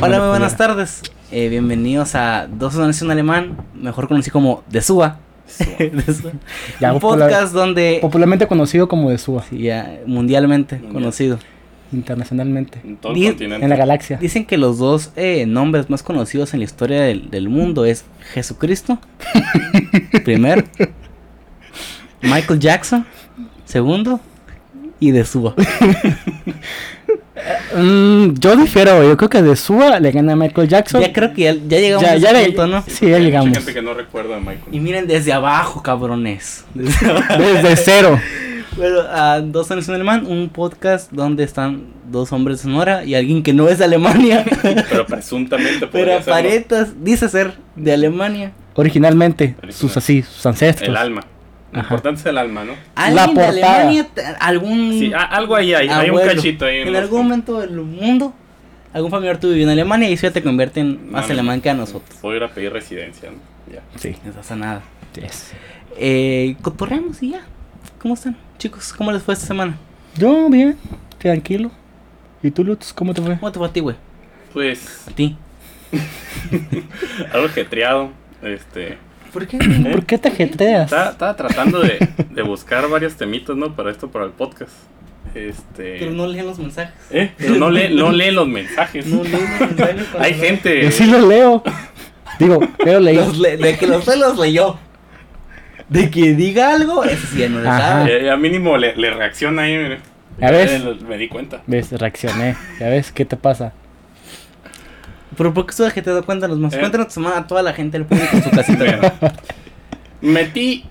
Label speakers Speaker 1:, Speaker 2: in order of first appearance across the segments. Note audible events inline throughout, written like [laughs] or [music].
Speaker 1: Hola, muy buenas tardes. Eh, bienvenidos a Dos Sones en Alemán, mejor conocido como De Suba. [laughs] De Suba.
Speaker 2: Ya,
Speaker 1: un
Speaker 2: popular-
Speaker 1: podcast donde.
Speaker 2: Popularmente conocido como de Suba,
Speaker 1: Sí, ya, mundialmente [laughs]
Speaker 3: Mundial.
Speaker 1: conocido.
Speaker 2: internacionalmente.
Speaker 3: En todo el
Speaker 1: Di-
Speaker 3: continente.
Speaker 2: En la galaxia.
Speaker 1: Dicen que los dos eh, nombres más conocidos en la historia del, del mundo es [laughs] Jesucristo, primer, Michael Jackson, segundo, y De [laughs] Suba.
Speaker 2: Mm, yo difiero, yo creo que de Suba le gana a Michael Jackson.
Speaker 1: Ya creo que ya, ya llegamos
Speaker 2: Ya-
Speaker 1: a
Speaker 2: ya
Speaker 1: ese
Speaker 2: le-
Speaker 1: punto, ¿no?
Speaker 2: Sí, ya
Speaker 3: Hay
Speaker 2: llegamos.
Speaker 3: Mucha gente que no recuerda a Michael.
Speaker 1: Y miren desde abajo, [laughs] cabrones. Desde abajo.
Speaker 2: Desde cero.
Speaker 1: Bueno, a Dos Hombres en Alemán, un podcast donde están dos hombres de Sonora y alguien que no es de
Speaker 3: [laughs]
Speaker 1: Alemania,
Speaker 3: [laughs] Pero
Speaker 1: [laughs]
Speaker 3: presuntamente
Speaker 1: pero
Speaker 3: podría serlo.
Speaker 1: aparentas, dice ser de Alemania.
Speaker 2: Originalmente,
Speaker 3: Original.
Speaker 2: sus así, sus ancestros.
Speaker 3: El alma. Lo
Speaker 2: Ajá.
Speaker 3: importante es el alma, ¿no?
Speaker 2: La
Speaker 1: Alguien de
Speaker 2: portada.
Speaker 1: Alemania, t- algún
Speaker 3: Sí, a- algo ahí hay. Hay un
Speaker 1: abuelo,
Speaker 3: cachito ahí.
Speaker 1: En
Speaker 3: los-
Speaker 1: algún momento del mundo, algún familiar tuyo vivió en Alemania y eso ya te convierte en
Speaker 3: No,
Speaker 1: más
Speaker 3: no.
Speaker 1: alemán que a nosotros.
Speaker 3: Voy a ir a pedir residencia. ¿no? Ya.
Speaker 2: Sí.
Speaker 1: No pasa nada.
Speaker 2: yes.
Speaker 1: Eh, cotorreamos y ya. ¿Cómo están, chicos? ¿Cómo les fue esta semana?
Speaker 2: Yo bien, tranquilo. ¿Y tú, Lutz, cómo te fue?
Speaker 1: ¿Cómo te fue a ti, güey?
Speaker 3: Pues,
Speaker 1: A ti.
Speaker 3: algo ajetreado. Este.
Speaker 1: ¿Por qué?
Speaker 3: ¿eh?
Speaker 2: ¿Por qué te jeteas?
Speaker 3: Estaba, estaba tratando de, de buscar varios temitos, ¿no? Para esto, para el podcast. Este.
Speaker 1: Pero no leen los
Speaker 3: [laughs]
Speaker 1: mensajes.
Speaker 3: ¿eh? Pero no lee, no lee los mensajes.
Speaker 1: No leen los mensajes. cuando
Speaker 3: hay
Speaker 1: no-
Speaker 3: gente.
Speaker 2: Yo sí lo leo. Digo, pero leí.
Speaker 1: Los le- de que los los leyó. De que diga algo, eso sí ya no lo
Speaker 2: Ajá.
Speaker 1: sabe.
Speaker 3: eh, a mínimo le, le reacciona ahí, mire.
Speaker 2: Ya ves.
Speaker 3: Eh, Me di cuenta.
Speaker 2: ¿Ves? Reaccioné. ¿Ya ves? ¿Qué te pasa?
Speaker 1: Pero ¿por qué tú que te das cuenta los más?
Speaker 3: Eh.
Speaker 1: Cuéntanos tu semana a toda la gente del público en su casita.
Speaker 3: Bueno, [laughs] metí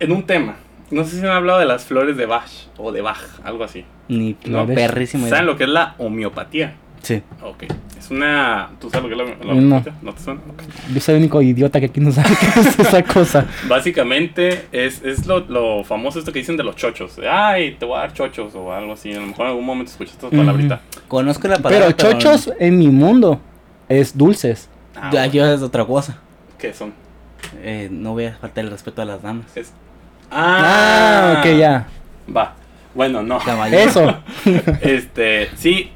Speaker 3: en un tema. No sé si han hablado de las flores de Bach o de Bach, algo así.
Speaker 1: Ni no,
Speaker 2: No, de-
Speaker 1: perrísimo.
Speaker 3: ¿Saben lo que es la homeopatía?
Speaker 1: Sí.
Speaker 3: Ok. Es una. ¿Tú sabes lo que es la, la
Speaker 2: No.
Speaker 3: homeopatía? No. te suena? Ok.
Speaker 2: Yo soy el único idiota que aquí no sabe qué es esa cosa.
Speaker 3: Básicamente es, es lo, lo famoso esto que dicen de los chochos. De, Ay, te voy a dar chochos o algo así. A lo mejor en algún momento escuchas esta palabrita.
Speaker 1: Conozco la palabra.
Speaker 2: Pero chochos en mi mundo es dulces.
Speaker 3: Ah,
Speaker 1: Ya, yo es otra cosa.
Speaker 3: ¿Qué son?
Speaker 1: Eh, no voy a faltar el respeto a las damas.
Speaker 3: Es-
Speaker 2: Ah, ok, ya.
Speaker 3: Va. Bueno, no.
Speaker 1: Caballero.
Speaker 3: [laughs]
Speaker 2: Eso.
Speaker 3: Este, sí,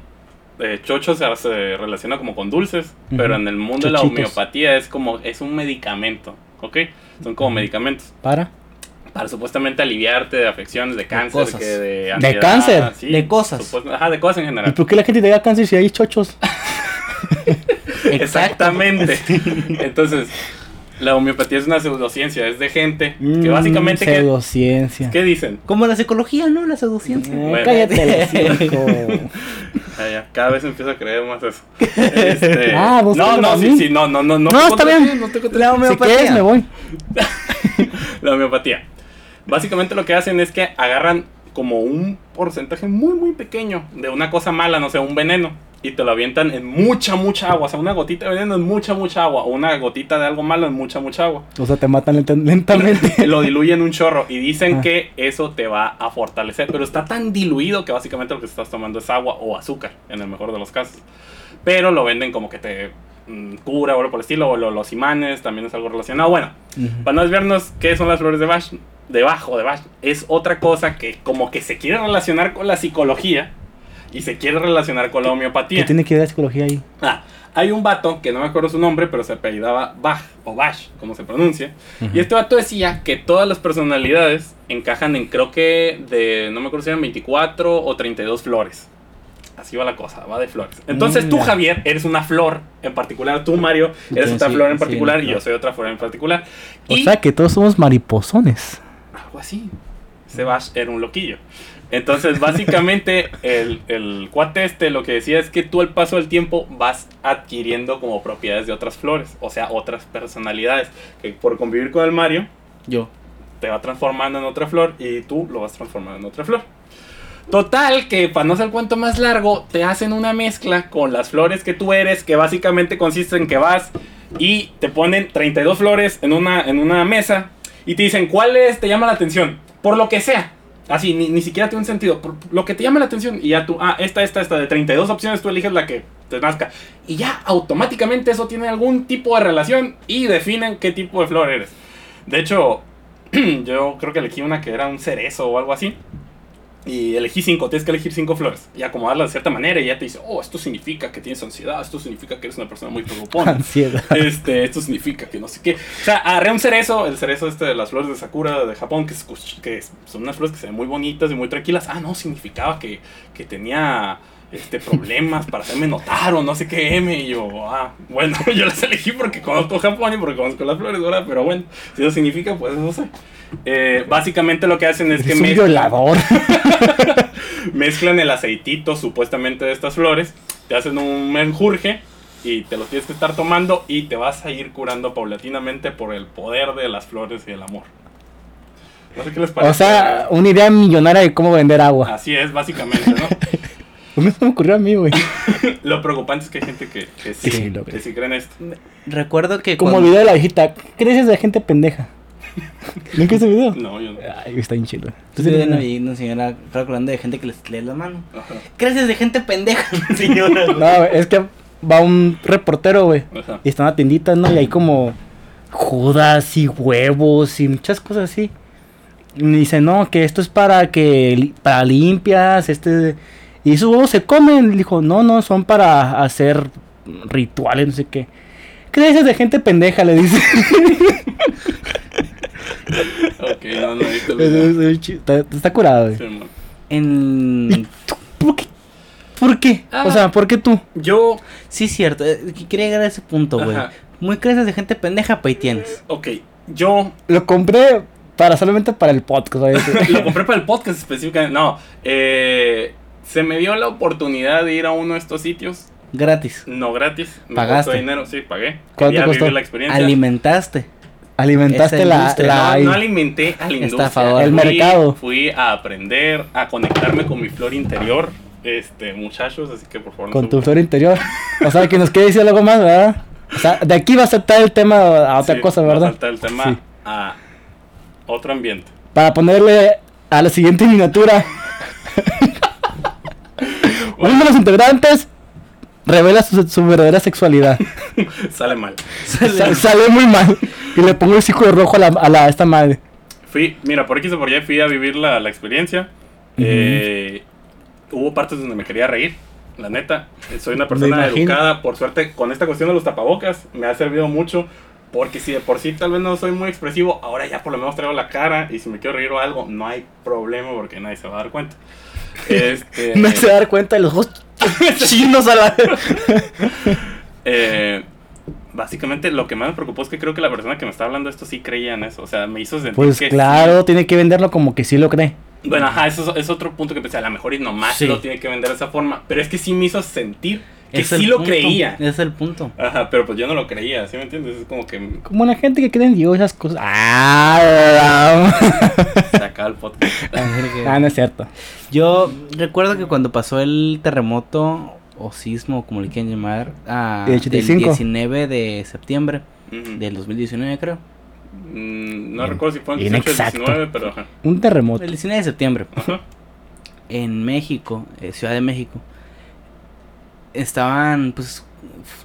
Speaker 3: eh, chocho se, se relaciona como con dulces,
Speaker 2: Ujú.
Speaker 3: pero en el mundo de la
Speaker 2: Chochitos.
Speaker 3: homeopatía es como, es un medicamento, ¿ok? Son como medicamentos
Speaker 2: Para.
Speaker 3: para supuestamente aliviarte de afecciones, de cáncer,
Speaker 1: cosas.
Speaker 3: que de, ansiedad,
Speaker 2: cáncer?
Speaker 3: sí,
Speaker 1: De cosas.
Speaker 3: supuest- Ajá, de cosas en
Speaker 2: ¿Y
Speaker 3: general.
Speaker 2: por qué la gente te da cáncer si hay chochos?
Speaker 1: Exacto.
Speaker 2: [laughs]
Speaker 3: Exactamente. Entonces, la homeopatía es una pseudociencia, es de gente que
Speaker 2: Mm,
Speaker 3: básicamente, ¿qué-
Speaker 2: Pseudociencia.
Speaker 3: ¿qué dicen?
Speaker 1: Como la psicología, ¿no? La seduciencia.
Speaker 2: Eh,
Speaker 1: [laughs]
Speaker 3: Bueno. [laughs]
Speaker 2: Cállate, loco.
Speaker 3: Ah, ya, Cada vez empiezo a creer más
Speaker 2: [laughs]
Speaker 3: eso. Este,
Speaker 2: Ah, vos
Speaker 3: no,
Speaker 2: te
Speaker 3: no,
Speaker 2: lo
Speaker 3: sí,
Speaker 2: vi.
Speaker 3: sí, no, no, no, no. pues,
Speaker 2: No,
Speaker 3: te
Speaker 2: está
Speaker 3: conté,
Speaker 2: bien.
Speaker 3: no te conté.
Speaker 1: La
Speaker 2: Si
Speaker 1: homeopatía.
Speaker 2: quieres, me voy.
Speaker 3: La homeopatía. Básicamente lo que hacen es que agarran como un porcentaje muy, muy pequeño de una cosa mala, no sé, un veneno, y te lo avientan en mucha, mucha agua. O sea, una gotita de veneno en mucha, mucha agua, o una gotita de algo malo en mucha, mucha agua. [laughs]
Speaker 2: O sea, te matan lenta- [laughs] lentamente.
Speaker 3: Lo diluyen un chorro y dicen
Speaker 2: Ah.
Speaker 3: que eso te va a fortalecer, pero está tan diluido que básicamente lo que estás tomando es agua o azúcar, en el mejor de los casos. Pero lo venden como que te mm, cura o algo por el estilo, o lo- los imanes también es algo relacionado. Bueno,
Speaker 2: Ujú.
Speaker 3: para no desviarnos, ¿qué son las flores de Bach? Debajo de Bach. Es otra cosa que como que se quiere relacionar con la psicología y se quiere relacionar con la
Speaker 2: ¿Qué
Speaker 3: homeopatía.
Speaker 2: tiene que ver la psicología ahí?
Speaker 3: Ah, hay un vato que no me acuerdo su nombre, pero se apellidaba Bach o Bach, como se pronuncia. Y este vato decía que todas las personalidades encajan en creo que de, no me acuerdo si eran 24 o 32 flores. Así va la cosa, va de flores. Entonces tú,
Speaker 2: Mira.
Speaker 3: Javier, eres una flor en particular. Tú, Mario, eres
Speaker 1: Yo
Speaker 3: otra
Speaker 1: sí,
Speaker 3: flor en
Speaker 1: sí,
Speaker 3: particular
Speaker 1: una
Speaker 3: y yo
Speaker 1: flor.
Speaker 3: soy otra flor en particular.
Speaker 2: O
Speaker 3: Y-
Speaker 2: sea, que todos somos
Speaker 3: [laughs]
Speaker 2: mariposones.
Speaker 3: algo así. Sebas era un loquillo. Entonces, básicamente, el, el cuate este lo que decía es que tú al paso del tiempo vas adquiriendo como propiedades de otras flores, o sea, otras personalidades, que por convivir con el Mario
Speaker 1: Yo.
Speaker 3: te va transformando en otra flor y tú lo vas transformando en otra flor. Total, que para no hacer el cuento más largo, te hacen una mezcla con las flores que tú eres, que básicamente consiste en que vas y te ponen 32 flores en una, en una mesa y te dicen cuáles te llama la atención, por lo que sea. Así, ni, ni siquiera tiene un sentido, por lo que te llama la atención y ya tú, ah, esta, esta, esta, de 32 opciones tú eliges la que te nazca. Y ya automáticamente eso tiene algún tipo de relación y definen qué tipo de flor [clears throat] eres. De hecho, yo creo que elegí una que era un cerezo o algo así. Y elegí cinco, tienes que elegir cinco flores y acomodarlas de cierta manera. Y ya te dice, oh, esto significa que tienes ansiedad, esto significa que eres una persona muy
Speaker 2: [laughs]
Speaker 3: preocupona.
Speaker 1: Ansiedad.
Speaker 3: [laughs] Este, esto significa que no sé qué. O sea, agarré un cerezo, el cerezo este de las flores de Sakura de Japón, que, es cus- que es- son unas flores que se ven muy bonitas y muy tranquilas. Ah, no, significaba que, que tenía este, problemas para hacerme notar o no sé qué M. Y yo, ah, bueno, [laughs] yo las elegí porque conozco Japón y porque conozco las flores, ¿verdad? Pero bueno, si eso significa, pues no sé. Eh, básicamente lo que hacen es que
Speaker 2: Es un
Speaker 3: mez- [laughs]
Speaker 2: violador.
Speaker 3: mezclan el aceitito supuestamente de estas flores, te hacen un menjurje y te lo tienes que estar tomando y te vas a ir curando paulatinamente por el poder de las flores y el amor. No sé qué les parece.
Speaker 2: O sea, una idea millonaria de cómo vender agua.
Speaker 3: así es
Speaker 2: [laughs]
Speaker 3: básicamente, ¿no?
Speaker 2: No se me ocurrió a mí, güey.
Speaker 3: lo preocupante es que hay gente que, que sí,
Speaker 2: Sí, lo
Speaker 3: que
Speaker 2: creo.
Speaker 3: sí creen esto.
Speaker 1: Recuerdo que
Speaker 2: Como el
Speaker 1: cuando-
Speaker 2: video de la viejita. ¿Qué dices de gente [laughs] pendeja? ¿Nunca ese video? [laughs]
Speaker 3: No, yo no.
Speaker 2: Ay, está bien chido.
Speaker 1: Sí, bueno, y una señora estaba hablando de gente que les lee la mano.
Speaker 3: Ajá,
Speaker 1: Gracias de gente pendeja, [laughs] señora.
Speaker 2: No, güey, es que va un reportero, güey.
Speaker 3: ajá.
Speaker 2: Y está en la tiendita, ¿no? Y hay como judas y huevos y muchas cosas así. Y me dice, no, que esto es para que li- para limpias, este... Y esos huevos se comen. Y dijo, no, no, son para hacer rituales, no sé qué. ¿Qué le dices de gente pendeja? Le [laughs] dice.
Speaker 3: Ok, no,
Speaker 2: [laughs]
Speaker 3: no, ahí te lo digo.
Speaker 2: está, está curado, güey.
Speaker 3: Sí, man.
Speaker 1: En...
Speaker 2: ¿Por qué? ¿Por qué?
Speaker 3: Ah.
Speaker 2: O sea, ¿por qué tú?
Speaker 3: Yo,
Speaker 1: Sí, cierto. eh, que Quería llegar a ese punto,
Speaker 2: Oh,
Speaker 1: güey.
Speaker 3: Ajá.
Speaker 1: Muy gracias de gente pendeja, pa' ahí tienes.
Speaker 3: ok, yo
Speaker 2: Lo compré para solamente para el podcast, [laughs] ¿sabes?
Speaker 3: [laughs] lo compré para el podcast específicamente. No, eh, se me dio la oportunidad de ir a uno de estos sitios
Speaker 1: Gratis.
Speaker 3: No gratis. Me
Speaker 1: ¿Pagaste?
Speaker 3: costó dinero, sí, pagué.
Speaker 2: ¿Cuánto
Speaker 3: Quería vivir
Speaker 2: costó?
Speaker 3: la experiencia.
Speaker 1: Alimentaste. Esa
Speaker 2: Alimentaste la...
Speaker 1: industria.
Speaker 2: la-
Speaker 3: no, no alimenté a la industria.
Speaker 1: Estafador.
Speaker 2: El
Speaker 3: Fui-
Speaker 2: mercado.
Speaker 3: Fui a aprender, a conectarme con mi flor interior, este, muchachos, así que por favor. no
Speaker 2: Con
Speaker 3: se-
Speaker 2: tu flor interior. O sea, que nos quiere decir algo más, ¿verdad? O sea, de aquí va a saltar el tema a otra
Speaker 3: Sí,
Speaker 2: cosa,
Speaker 3: voy a
Speaker 2: ¿verdad?
Speaker 3: saltar el tema
Speaker 2: Sí.
Speaker 3: a otro ambiente.
Speaker 2: Para ponerle a la siguiente miniatura. [laughs] Uno de los integrantes revela su, su verdadera sexualidad.
Speaker 3: [laughs] Sale mal.
Speaker 2: Sa- [laughs] sale muy mal. Y le pongo el círculo rojo a la, a la- a esta madre.
Speaker 3: Fui, mira, por X o por Y fui a vivir la, la experiencia. Eh, hubo partes donde me quería reír, la neta. Soy una persona
Speaker 2: imagino.
Speaker 3: educada, por suerte, con esta cuestión de los tapabocas me ha servido mucho. Porque si de por sí tal vez no soy muy expresivo, ahora ya por lo menos traigo la cara y si me quiero reír o algo, no hay problema porque nadie se va a dar cuenta.
Speaker 2: [laughs]
Speaker 3: Este,
Speaker 2: Me hace dar cuenta de los [laughs] ojos chinos a la.
Speaker 3: eh, básicamente lo que más me preocupó es que creo que la persona que me está hablando esto sí creía en eso. O sea, me hizo sentir
Speaker 2: Pues
Speaker 3: que sí.
Speaker 2: claro, tiene que venderlo como que sí lo cree.
Speaker 3: Bueno, ajá, eso es- es otro punto que pensé. A lo mejor y nomás
Speaker 2: Sí.
Speaker 3: lo tiene que vender de esa forma. Pero es que sí me hizo sentir que
Speaker 1: Es el
Speaker 3: sí lo
Speaker 1: punto,
Speaker 3: creía.
Speaker 1: Es el punto.
Speaker 3: Ajá, pero pues yo no lo creía, ¿sí me entiendes? Es como
Speaker 2: [laughs]
Speaker 3: que
Speaker 2: Como la gente que cree en Dios, esas cosas. Ah,
Speaker 3: se acaba el podcast.
Speaker 2: [laughs] ah, no es cierto.
Speaker 1: Yo recuerdo que cuando pasó el terremoto o sismo, como le quieran llamar, a,
Speaker 2: El
Speaker 1: el
Speaker 2: 85.
Speaker 1: 19 de septiembre
Speaker 3: Ujú.
Speaker 1: del 2019, creo.
Speaker 3: Mm, no recuerdo si fue en
Speaker 2: Bien
Speaker 3: 18 o
Speaker 2: exacto.
Speaker 3: 19, pero ajá.
Speaker 2: Un terremoto.
Speaker 1: El 19 de septiembre.
Speaker 3: Ajá.
Speaker 1: en México, eh, Ciudad de México, estaban, pues,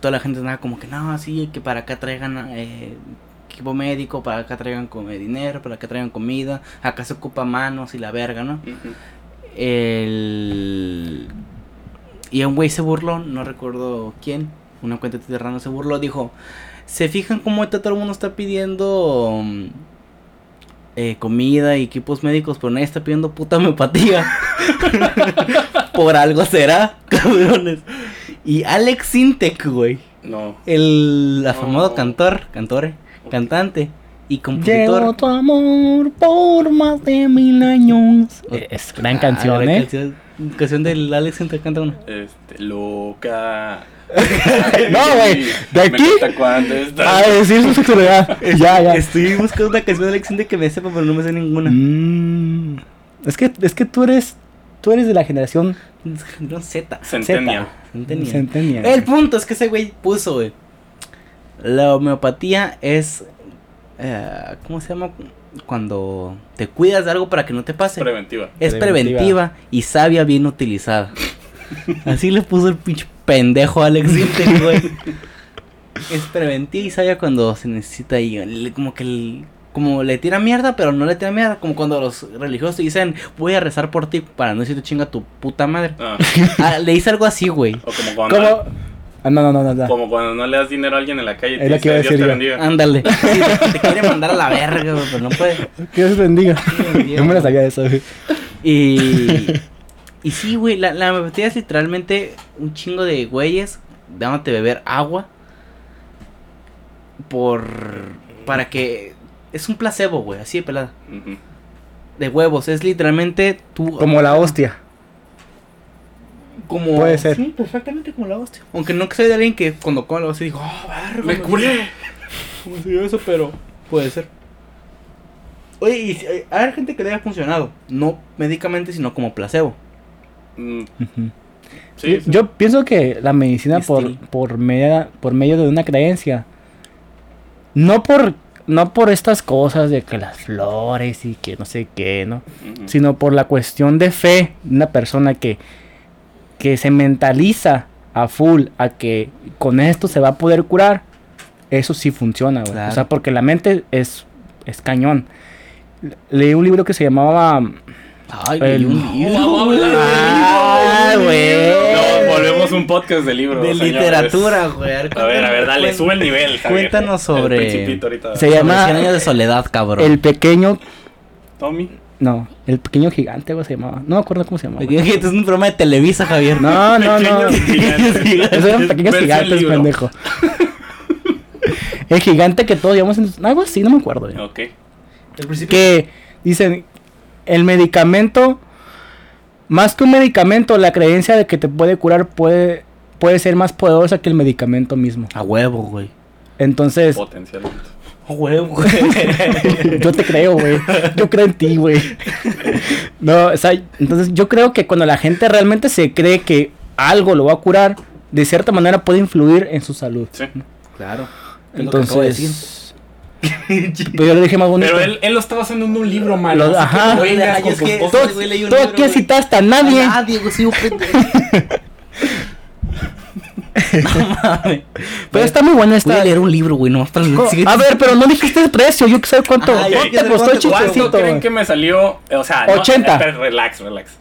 Speaker 1: toda la gente andaba como que, no, sí, que para acá traigan eh, equipo médico, para acá traigan com- eh, dinero, para acá traigan comida, acá se ocupa manos y la verga, ¿no?
Speaker 3: Ujú.
Speaker 1: El... Y un güey se burló, no recuerdo quién, una cuenta de Twitter random se burló, dijo, ¿se fijan cómo ahorita todo el mundo está pidiendo... mm, eh, comida y equipos médicos, pero nadie está pidiendo puta homeopatía. [laughs] Por algo será, [laughs] cabrones. Y Alex Sintek, güey.
Speaker 3: No.
Speaker 1: El afamado
Speaker 3: Oh.
Speaker 1: cantor, cantore, cantante y compositor.
Speaker 2: Llevo tu amor por más de mil años. Eh, Es gran
Speaker 1: Ah,
Speaker 2: canción,
Speaker 1: gran
Speaker 2: ¿eh?
Speaker 1: Canción, canción del Alex Sintek canta una.
Speaker 3: Este, loca.
Speaker 2: [laughs] No, güey, de
Speaker 3: Me
Speaker 2: aquí-
Speaker 3: cuenta cuánto está.
Speaker 2: A decir
Speaker 1: [laughs]
Speaker 2: su sexualidad. ya, ya.
Speaker 1: Este, Estoy buscando una canción de Alex Sintek que me sepa, pero no me sé ninguna.
Speaker 2: Mm. Es que, es que tú eres. Tú eres de la generación
Speaker 1: No Z.
Speaker 3: Centennial.
Speaker 1: Centennial.
Speaker 2: centenial.
Speaker 1: El punto es que ese güey puso, güey. La homeopatía es. eh, ¿Cómo se llama? Cuando te cuidas de algo para que no te pase.
Speaker 3: Preventiva.
Speaker 1: es preventiva.
Speaker 2: Preventiva.
Speaker 1: y sabia bien utilizada. Así le puso el pinche pendejo a Alex Sintek, güey. es preventiva y sabia cuando se necesita. Y el- como que el como le tira mierda, pero no le tira mierda. Como cuando los religiosos dicen, voy a rezar por ti para no decirte chinga tu puta madre.
Speaker 3: Ah,
Speaker 1: Ah, le hice algo así, güey.
Speaker 3: o como cuando,
Speaker 2: ¿Cómo? Ah, no, no, no, no. no.
Speaker 3: como cuando no le das dinero a alguien en la calle y te
Speaker 2: Es lo que
Speaker 3: dice,
Speaker 2: iba a
Speaker 3: Dios
Speaker 2: decir
Speaker 3: te
Speaker 2: yo. Ah.
Speaker 3: bendiga.
Speaker 1: Ándale. Sí, te- te quiere mandar a la verga, güey, pero no puede.
Speaker 2: Que Dios bendiga.
Speaker 1: bendiga.
Speaker 2: No me la sabía eso, eh. güey. [laughs]
Speaker 1: Y, y sí, güey, la, la metida es literalmente un chingo de güeyes dándote beber agua por... para que... Es un placebo, güey, así de pelada.
Speaker 3: Ujú.
Speaker 1: De huevos, es literalmente tú...
Speaker 2: Como la hostia.
Speaker 1: como-
Speaker 2: puede ser.
Speaker 1: Sí, perfectamente como la hostia. Aunque no que soy de alguien que cuando come la hostia digo, oh, verga.
Speaker 3: Me curé.
Speaker 1: Como si yo eso, pero puede ser. Oye, y si- hay- hay gente que le ha funcionado, no médicamente, sino como placebo.
Speaker 3: Mm,
Speaker 2: Ujú. Yo-
Speaker 3: Sí, sí. Este-
Speaker 2: Yo pienso que la medicina por,
Speaker 1: Estilo.
Speaker 2: por, media- por medio de una creencia. No por, no por estas cosas de que las flores y que no sé qué, ¿no?
Speaker 3: Ujú.
Speaker 2: Sino por la cuestión de fe de una persona que, que se mentaliza a full a que con esto se va a poder curar. Eso sí funciona, güey.
Speaker 1: Claro.
Speaker 2: O sea, porque la mente es, es cañón. Le- Leí un libro que se llamaba...
Speaker 1: Ay,
Speaker 2: güey,
Speaker 1: el...
Speaker 2: un
Speaker 3: libro, güey.
Speaker 1: Ah, güey.
Speaker 3: No, volvemos a un podcast de libros.
Speaker 1: De
Speaker 3: señores.
Speaker 1: literatura, güey.
Speaker 3: A ver, a ver, dale, sube el nivel. Javier.
Speaker 1: cuéntanos sobre-
Speaker 3: El principito ahorita.
Speaker 2: Se
Speaker 1: Llama...
Speaker 2: llama
Speaker 1: 100 años de soledad, cabrón.
Speaker 2: El pequeño
Speaker 3: Tommy.
Speaker 2: No, el pequeño gigante, güey, se llamaba. No me acuerdo cómo se llamaba. güey.
Speaker 1: Esto es un programa de Televisa, Javier.
Speaker 2: No, no, no.
Speaker 3: Pequeños gigantes.
Speaker 2: Esos eran pequeños
Speaker 3: Versión
Speaker 2: gigantes,
Speaker 3: libro.
Speaker 2: pendejo. El gigante que todos llevamos en. Algo así, no me acuerdo. güey.
Speaker 3: Ok.
Speaker 1: El principio.
Speaker 2: Que dicen: el medicamento. Más que un medicamento, la creencia de que te puede curar puede, puede ser más poderosa que el medicamento mismo.
Speaker 1: A huevo, güey.
Speaker 2: Entonces,
Speaker 3: Potencialmente.
Speaker 1: A huevo, [laughs] güey.
Speaker 2: Yo te creo, güey. Yo creo en ti, güey. No, o sea, entonces yo creo que cuando la gente realmente se cree que algo lo va a curar, de cierta manera puede influir en su salud.
Speaker 3: Sí.
Speaker 1: claro. Es lo que acabo de
Speaker 2: Entonces. [laughs] Pero yo lo dije más bonito.
Speaker 3: Pero él, él lo estaba haciendo en un libro malo.
Speaker 2: Lo-
Speaker 3: así que
Speaker 2: ajá.
Speaker 3: no vengas
Speaker 1: Ay,
Speaker 3: con
Speaker 1: es que-
Speaker 2: Todo,
Speaker 3: tus cosas.
Speaker 1: Ese güey leyó un
Speaker 2: todo
Speaker 1: libro,
Speaker 2: aquí
Speaker 1: güey.
Speaker 2: citaste a nadie.
Speaker 1: Ah, Diego, [laughs] sí, un pendejo. No mames.
Speaker 2: Pero está muy buena
Speaker 1: Voy a
Speaker 2: esta.
Speaker 1: leer un libro, güey, no para
Speaker 2: Co- A ver, pero no dijiste el precio. Yo que sé cuánto.
Speaker 1: Ay,
Speaker 2: ¿Cuánto
Speaker 1: yo
Speaker 2: te
Speaker 1: Ah, sé
Speaker 2: costó el
Speaker 1: cuánto-
Speaker 3: ¿Cuánto
Speaker 2: chistecito?
Speaker 3: creen
Speaker 2: güey?
Speaker 3: que me salió? O sea, no,
Speaker 2: 80.
Speaker 3: espera, relax, relax.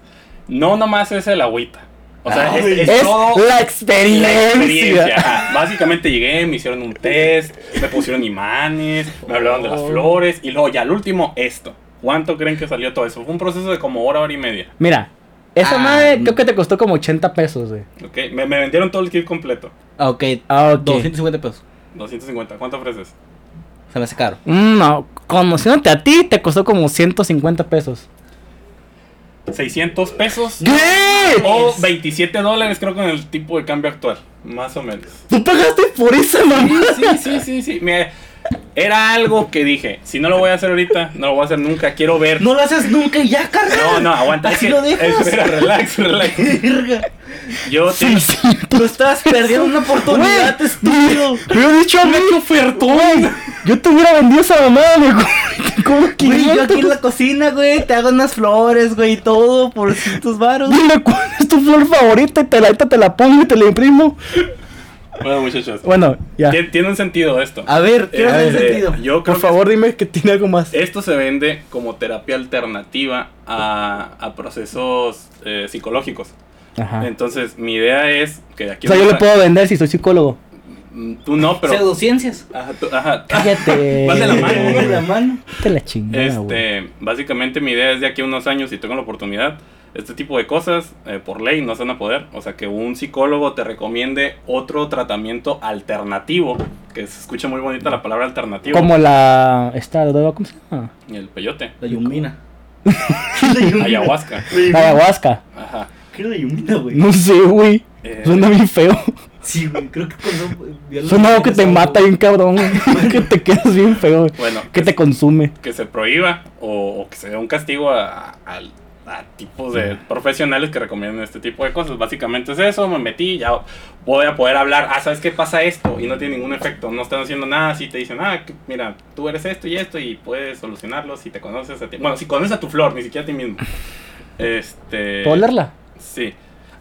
Speaker 3: No nomás es el agüita. O sea,
Speaker 1: Ay,
Speaker 3: es, es
Speaker 2: Es
Speaker 3: todo
Speaker 2: la
Speaker 3: la experiencia.
Speaker 2: experiencia.
Speaker 3: Ajá. Básicamente llegué, me hicieron un test, me pusieron imanes, me hablaron de las flores y luego ya al último esto. ¿Cuánto creen que salió todo eso? Fue un proceso de como hora, hora y media.
Speaker 2: [laughs] Mira, esa
Speaker 1: Ah,
Speaker 2: madre
Speaker 1: mm.
Speaker 2: creo que te costó como 80 pesos, güey.
Speaker 3: ¿ok? Me, me vendieron todo el kit completo.
Speaker 1: Ah, ok.
Speaker 2: Ah, ok.
Speaker 1: 250 pesos.
Speaker 3: 250. ¿Cuánto ofreces?
Speaker 1: Se me hace caro.
Speaker 2: Mm, No, conociéndote a ti, te costó como 150 pesos.
Speaker 3: 600 pesos.
Speaker 2: ¿Qué?
Speaker 3: O 27 dólares creo con el tipo de cambio actual, más o menos.
Speaker 2: ¿Tú pagaste por esa mamá?
Speaker 3: Sí,
Speaker 2: [laughs]
Speaker 3: sí, sí, sí. Mira, era algo que dije, si no lo voy a hacer ahorita, no lo voy a hacer nunca, quiero ver. No,
Speaker 1: lo haces nunca y ya, carnal.
Speaker 3: no, aguanta.
Speaker 1: Así
Speaker 3: es que-
Speaker 1: lo dejas. [laughs]
Speaker 3: Espera, relax, relax.
Speaker 1: Verga.
Speaker 3: Yo te...
Speaker 1: Tú estás perdiendo una oportunidad, estúpido.
Speaker 2: Me he dicho a mí que ofertón. Yo te hubiera vendido esa mamada, me como
Speaker 1: Güey, yo aquí en
Speaker 2: 500.
Speaker 1: la cocina, güey, te hago unas flores, güey, y todo por cientos varos.
Speaker 2: Dime cuál es tu flor favorita y te la, ahorita te la pongo y te la imprimo.
Speaker 3: Bueno, muchachos.
Speaker 2: Bueno, ya.
Speaker 3: Tiene, tiene un sentido esto.
Speaker 1: A ver, ¿qué
Speaker 3: Eh,
Speaker 1: hace
Speaker 3: eh,
Speaker 1: sentido?
Speaker 3: Yo creo
Speaker 2: Por
Speaker 3: que
Speaker 2: favor, dime que tiene algo más.
Speaker 3: Esto se vende como terapia alternativa a, a procesos eh, psicológicos.
Speaker 2: Ajá.
Speaker 3: Entonces, mi idea es que de aquí
Speaker 2: Ah. O sea, yo
Speaker 3: en
Speaker 2: le puedo vender si soy psicólogo.
Speaker 3: Mm, Tú no, pero.
Speaker 1: Pseudociencias.
Speaker 3: Ajá, tú- ajá. [laughs]
Speaker 2: Cállate.
Speaker 3: Van de la mano,
Speaker 1: Uno
Speaker 3: güey.
Speaker 1: de la mano.
Speaker 2: Te la chingada, güey.
Speaker 3: Este, básicamente mi idea es de aquí a unos años, si tengo la oportunidad, este tipo de cosas eh, por ley no se van a poder. O sea, que un psicólogo te recomiende otro tratamiento alternativo, que se escucha muy bonita la palabra alternativo.
Speaker 2: Como la. Esta, droga, ¿cómo se llama?
Speaker 3: El peyote.
Speaker 1: La
Speaker 2: [laughs]
Speaker 1: yumina.
Speaker 3: Ayahuasca.
Speaker 2: La ayahuasca.
Speaker 3: Ajá.
Speaker 1: ¿Qué era la yumina, güey?
Speaker 2: No sé, güey.
Speaker 3: Eh,
Speaker 2: Suena bien feo.
Speaker 1: Sí, güey, creo que cuando... vio la-
Speaker 2: Suena algo que te mata bien
Speaker 3: [laughs]
Speaker 2: cabrón. [laughs] güey. que te quedas bien feo. güey.
Speaker 3: Bueno,
Speaker 2: Que te consume.
Speaker 3: que se prohíba o, o que se dé un castigo a, a- a tipos de profesionales que recomiendan este tipo de cosas. Básicamente es eso, me metí, ya voy a poder hablar, ah, ¿sabes qué pasa esto? Y no tiene ningún efecto, no están haciendo nada, si te dicen, ah, que- mira, tú eres esto y esto y puedes solucionarlo si te conoces a ti. Bueno, si conoces a tu flor, ni siquiera a ti mismo. Este...
Speaker 2: ¿Puedo olerla?
Speaker 3: Sí.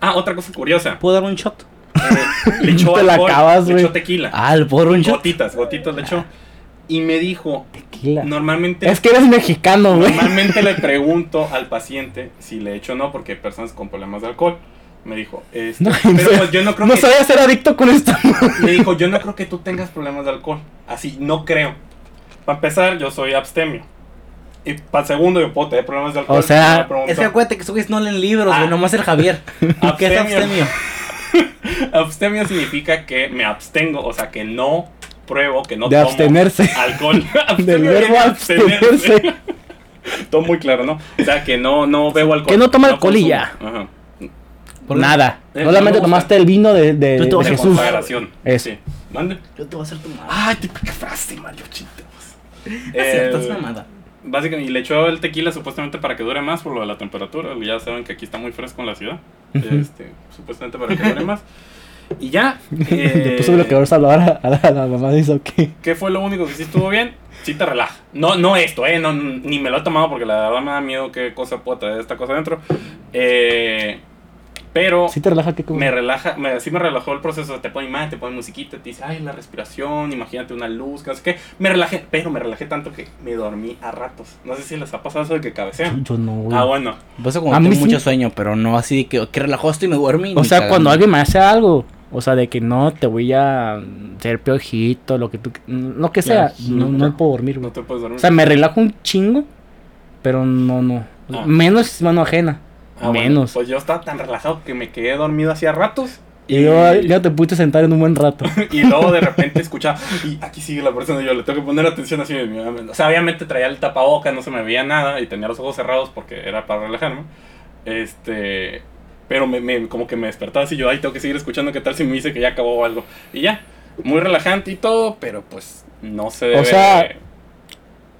Speaker 3: Ah, otra
Speaker 2: [laughs]
Speaker 3: cosa curiosa.
Speaker 1: ¿Puedo dar un shot?
Speaker 3: Eh, le echó
Speaker 2: Te la
Speaker 3: alcohol,
Speaker 2: acabas,
Speaker 3: le
Speaker 2: güey.
Speaker 3: echó tequila.
Speaker 1: Ah, ¿le puedo dar un shot?
Speaker 3: Gotitas, gotitas le echó. y me dijo,
Speaker 2: Tequila.
Speaker 3: normalmente...
Speaker 2: Es que eres mexicano, güey.
Speaker 3: Normalmente le pregunto al paciente si le echo o no, porque hay personas con problemas de alcohol. Me dijo, este,
Speaker 2: No, [laughs]
Speaker 3: pero pues yo no creo
Speaker 2: No
Speaker 3: que
Speaker 2: sabía ser adicto con esto.
Speaker 3: me dijo, yo no creo que tú tengas problemas de alcohol. Así, no creo. Para empezar, yo soy abstemio. Y para segundo, yo puedo tener problemas de alcohol.
Speaker 2: O sea,
Speaker 3: Me preguntó,
Speaker 1: Es que acuérdate que subes no leen libros,
Speaker 3: Ah.
Speaker 1: güey, nomás el
Speaker 3: [laughs]
Speaker 1: Javier. [laughs] ¿Y qué es abstemio?
Speaker 3: abstemio significa que me abstengo, o sea, que no pruebo, que no
Speaker 2: De
Speaker 3: tomo [laughs]
Speaker 2: abstenerse.
Speaker 3: alcohol.
Speaker 2: [laughs] Del
Speaker 3: Abstemio
Speaker 2: verbo
Speaker 3: viene de abstenerse.
Speaker 2: abstenerse.
Speaker 3: Todo muy claro, ¿no? O sea, que no, no bebo alcohol.
Speaker 2: Que no toma alcohol y ya.
Speaker 3: consumo. Ajá.
Speaker 1: Por-
Speaker 2: Nada.
Speaker 3: Eh,
Speaker 2: Solamente
Speaker 3: no me gusta.
Speaker 2: tomaste el vino de, de-
Speaker 1: Yo te
Speaker 2: de
Speaker 1: voy a
Speaker 3: De
Speaker 2: Jesús.
Speaker 3: consagración.
Speaker 2: Eso.
Speaker 3: Sí. Mande.
Speaker 1: Yo te voy a hacer tu mamada.
Speaker 3: Ay, te qué frase, Mario Chitos.
Speaker 1: Es cierto, es
Speaker 3: Eh,
Speaker 1: mamada.
Speaker 3: Básicamente, y le echó el tequila supuestamente para que dure más por lo de la temperatura. Ya saben que aquí está muy fresco en la ciudad. Este, supuestamente para que dure más. Y ya.
Speaker 2: [laughs] [laughs] Le
Speaker 3: eh,
Speaker 2: puso bloqueador salvador a, a la, a la mamá de eso que.
Speaker 3: ¿Qué fue lo único que sí estuvo bien? Sí te relaja. No, no esto, eh. No, ni me lo he tomado porque la verdad me da miedo qué cosa pueda traer esta cosa dentro. Eh, pero
Speaker 2: Sí te relaja que como.
Speaker 3: me relaja, me, sí me relajó el proceso. Te ponen más, te ponen musiquita, te dice, ay, la respiración, imagínate una luz, que no sé qué. Me relajé, pero me relajé tanto que me dormí a ratos. No sé si les ha pasado eso de que cabecean.
Speaker 2: Yo no, güey.
Speaker 3: Ah, bueno.
Speaker 1: Pasa
Speaker 2: A
Speaker 1: cuando
Speaker 2: mí
Speaker 1: tengo
Speaker 2: sí.
Speaker 1: mucho sueño, pero no así de que, que relajó esto y me duermí.
Speaker 2: O
Speaker 1: ni
Speaker 2: sea,
Speaker 1: cagando.
Speaker 2: cuando alguien me hace algo, o sea, de que no te voy a ser piojito, lo que tú, lo que sea,
Speaker 1: Ya,
Speaker 2: no, no puedo dormir,
Speaker 3: No
Speaker 2: güey.
Speaker 3: te puedes dormir.
Speaker 2: O sea, me relajo un chingo, pero no, no. O sea,
Speaker 3: Ah.
Speaker 2: Menos mano ajena.
Speaker 3: Ah, bueno,
Speaker 2: menos.
Speaker 3: pues yo estaba tan relajado que me quedé dormido hacía ratos.
Speaker 2: Y yo ya te pudiste sentar en un buen rato.
Speaker 3: y luego de repente escuchaba, y aquí sigue la persona, yo le tengo que poner atención así. mi mamá me- O sea, obviamente traía el tapaboca, no se me veía nada y tenía los ojos cerrados porque era para relajarme. Este, pero me, me- como que me despertaba así, yo, ay, tengo que seguir escuchando qué tal si me dice que ya acabó o algo. Y ya, muy relajante y todo, pero pues no se debe
Speaker 2: sea,
Speaker 3: de-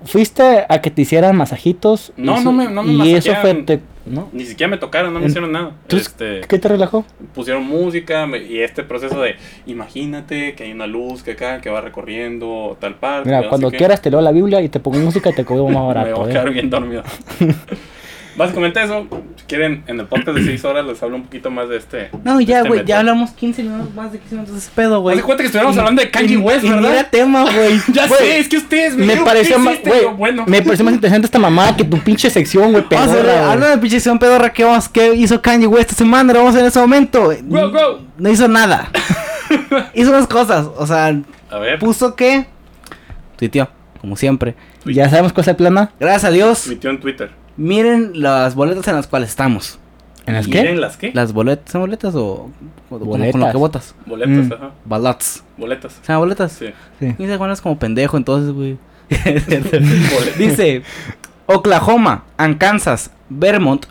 Speaker 2: Fuiste a que te hicieran masajitos. y
Speaker 3: No,
Speaker 2: eso-
Speaker 3: no me- no me
Speaker 2: Y eso fue,
Speaker 3: masajearon.
Speaker 2: te- ¿no?
Speaker 3: ni siquiera me tocaron, no me
Speaker 2: en-
Speaker 3: hicieron nada.
Speaker 2: Entonces,
Speaker 3: Este,
Speaker 2: ¿Qué te relajó?
Speaker 3: pusieron música me- y este proceso de imagínate que hay una luz que acá que va recorriendo tal parte. que no
Speaker 2: Mira,
Speaker 3: sé
Speaker 2: cuando
Speaker 3: qué.
Speaker 2: quieras te leo la Biblia y te pongo música y te cobro más
Speaker 3: [laughs] Me
Speaker 2: barato.
Speaker 3: voy a
Speaker 2: ¿eh?
Speaker 3: quedar
Speaker 2: [laughs]
Speaker 3: bien dormido. Básicamente eso. Si quieren, en el podcast de 6 horas les hablo un poquito más de este.
Speaker 1: No,
Speaker 3: de
Speaker 1: ya,
Speaker 3: este
Speaker 1: güey, ya
Speaker 3: método.
Speaker 1: hablamos 15 minutos, más de 15 minutos de ese pedo, güey.
Speaker 3: Haz de cuenta que estuviéramos hablando de Kanye
Speaker 1: Y-
Speaker 3: West,
Speaker 1: y ni
Speaker 3: ¿verdad?
Speaker 1: era tema, [laughs] güey.
Speaker 3: Ya
Speaker 2: Güey,
Speaker 3: sé, es que ustedes
Speaker 2: Me
Speaker 3: dijeron,
Speaker 2: pareció
Speaker 3: ¿qué
Speaker 2: más,
Speaker 3: hiciste?
Speaker 2: güey,
Speaker 3: Yo, bueno. Ah,
Speaker 2: me pareció más interesante esta mamada que tu pinche sección, güey,
Speaker 1: Vamos a ver,
Speaker 2: pedorra,
Speaker 1: habla
Speaker 2: güey.
Speaker 1: de pinche sección pedorra que vamos, que hizo Kanye West esta semana, lo vamos a ver en ese momento.
Speaker 3: Go, go.
Speaker 1: No hizo
Speaker 3: [laughs]
Speaker 1: nada. hizo unas cosas, o sea,
Speaker 3: A ver,
Speaker 1: puso que... Tuiteó, como siempre.
Speaker 2: Ya sabemos cuál es el plana.
Speaker 1: Gracias a Dios,
Speaker 3: mi tío en Twitter.
Speaker 1: miren las boletas en las cuales estamos.
Speaker 2: ¿En las qué?
Speaker 3: ¿Miren las qué?
Speaker 1: Las boletas, ¿son boletas o...? o con- Con lo
Speaker 2: Boletas.
Speaker 1: que votas.
Speaker 3: Boletas,
Speaker 2: Mm.
Speaker 3: ajá.
Speaker 1: Ballots.
Speaker 3: Boletas.
Speaker 1: ¿Se llama boletas?
Speaker 2: [laughs]
Speaker 3: Sí.
Speaker 2: Sí.
Speaker 1: Dice Juan es como pendejo, entonces,
Speaker 3: [laughs]
Speaker 1: güey.
Speaker 3: Boletas.
Speaker 1: Dice Oklahoma, and Kansas, Vermont,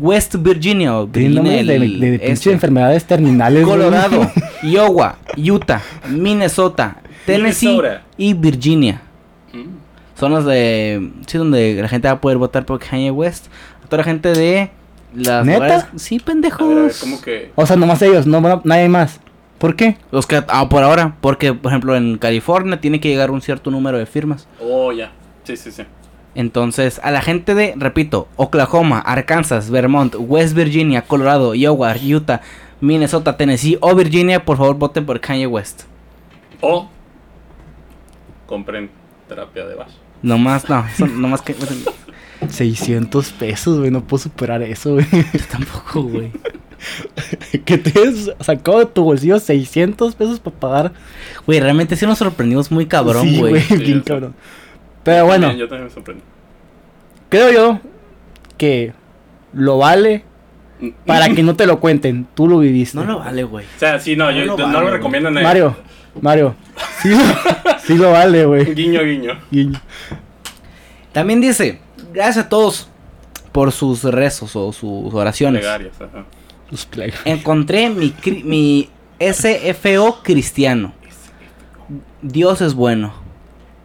Speaker 1: West Virginia, o
Speaker 2: Tiene
Speaker 1: Virginia
Speaker 2: nombres de,
Speaker 1: del
Speaker 2: de pinche
Speaker 1: este,
Speaker 2: enfermedades terminales. güey.
Speaker 1: Colorado,
Speaker 2: [laughs]
Speaker 1: Iowa, Utah, Minnesota, Tennessee
Speaker 3: Minnesota.
Speaker 1: y Virginia.
Speaker 3: Mm.
Speaker 1: Son las de sí donde la gente va a poder votar por Kanye West. A toda la gente de las
Speaker 2: ¿Neta?
Speaker 1: lugares- sí,
Speaker 3: A ver, a ver,
Speaker 1: pendejos.
Speaker 3: como que.
Speaker 2: O sea, nomás ellos, no van a- nadie más. ¿Por qué?
Speaker 1: Los que ah, por ahora, porque por ejemplo en California tiene que llegar un cierto número de firmas.
Speaker 3: Oh, ya. Sí, sí, sí.
Speaker 1: Entonces, a la gente de, repito, Oklahoma, Arkansas, Vermont, West Virginia, Colorado, Iowa, Utah, Minnesota, Tennessee o Virginia, por favor voten por Kanye West.
Speaker 3: O. Compren terapia de Bash.
Speaker 1: Nomás, no, [laughs] eso- nomás que...
Speaker 2: 600 pesos, güey, no puedo superar eso, güey.
Speaker 1: Yo tampoco, güey.
Speaker 2: [laughs] que te has sacado de tu bolsillo 600 pesos para pagar.
Speaker 1: Güey, realmente sí nos sorprendimos muy cabrón,
Speaker 2: Sí,
Speaker 1: güey.
Speaker 3: Sí,
Speaker 2: bien
Speaker 3: ya sé.
Speaker 2: cabrón. Pero
Speaker 3: Yo
Speaker 2: Ah, bueno,
Speaker 3: también- Yo también me sorprendí.
Speaker 2: creo yo que lo vale
Speaker 3: [laughs]
Speaker 1: [laughs]
Speaker 2: para que no te lo cuenten. Tú lo viviste.
Speaker 1: no lo vale, güey.
Speaker 3: Mm. O sea, sí, no,
Speaker 1: No
Speaker 3: yo
Speaker 1: lo
Speaker 3: no
Speaker 1: vale,
Speaker 3: lo eh.
Speaker 1: güey.
Speaker 3: recomiendo en el-
Speaker 2: Mario, Mario. Sí lo, sí lo vale, güey.
Speaker 3: Guiño, guiño.
Speaker 2: Guiño.
Speaker 1: También dice, gracias a todos por sus rezos o sus oraciones.
Speaker 3: Plegarias, ajá.
Speaker 2: Los play-
Speaker 1: Encontré mi, cri- mi SFO cristiano. Dios es bueno.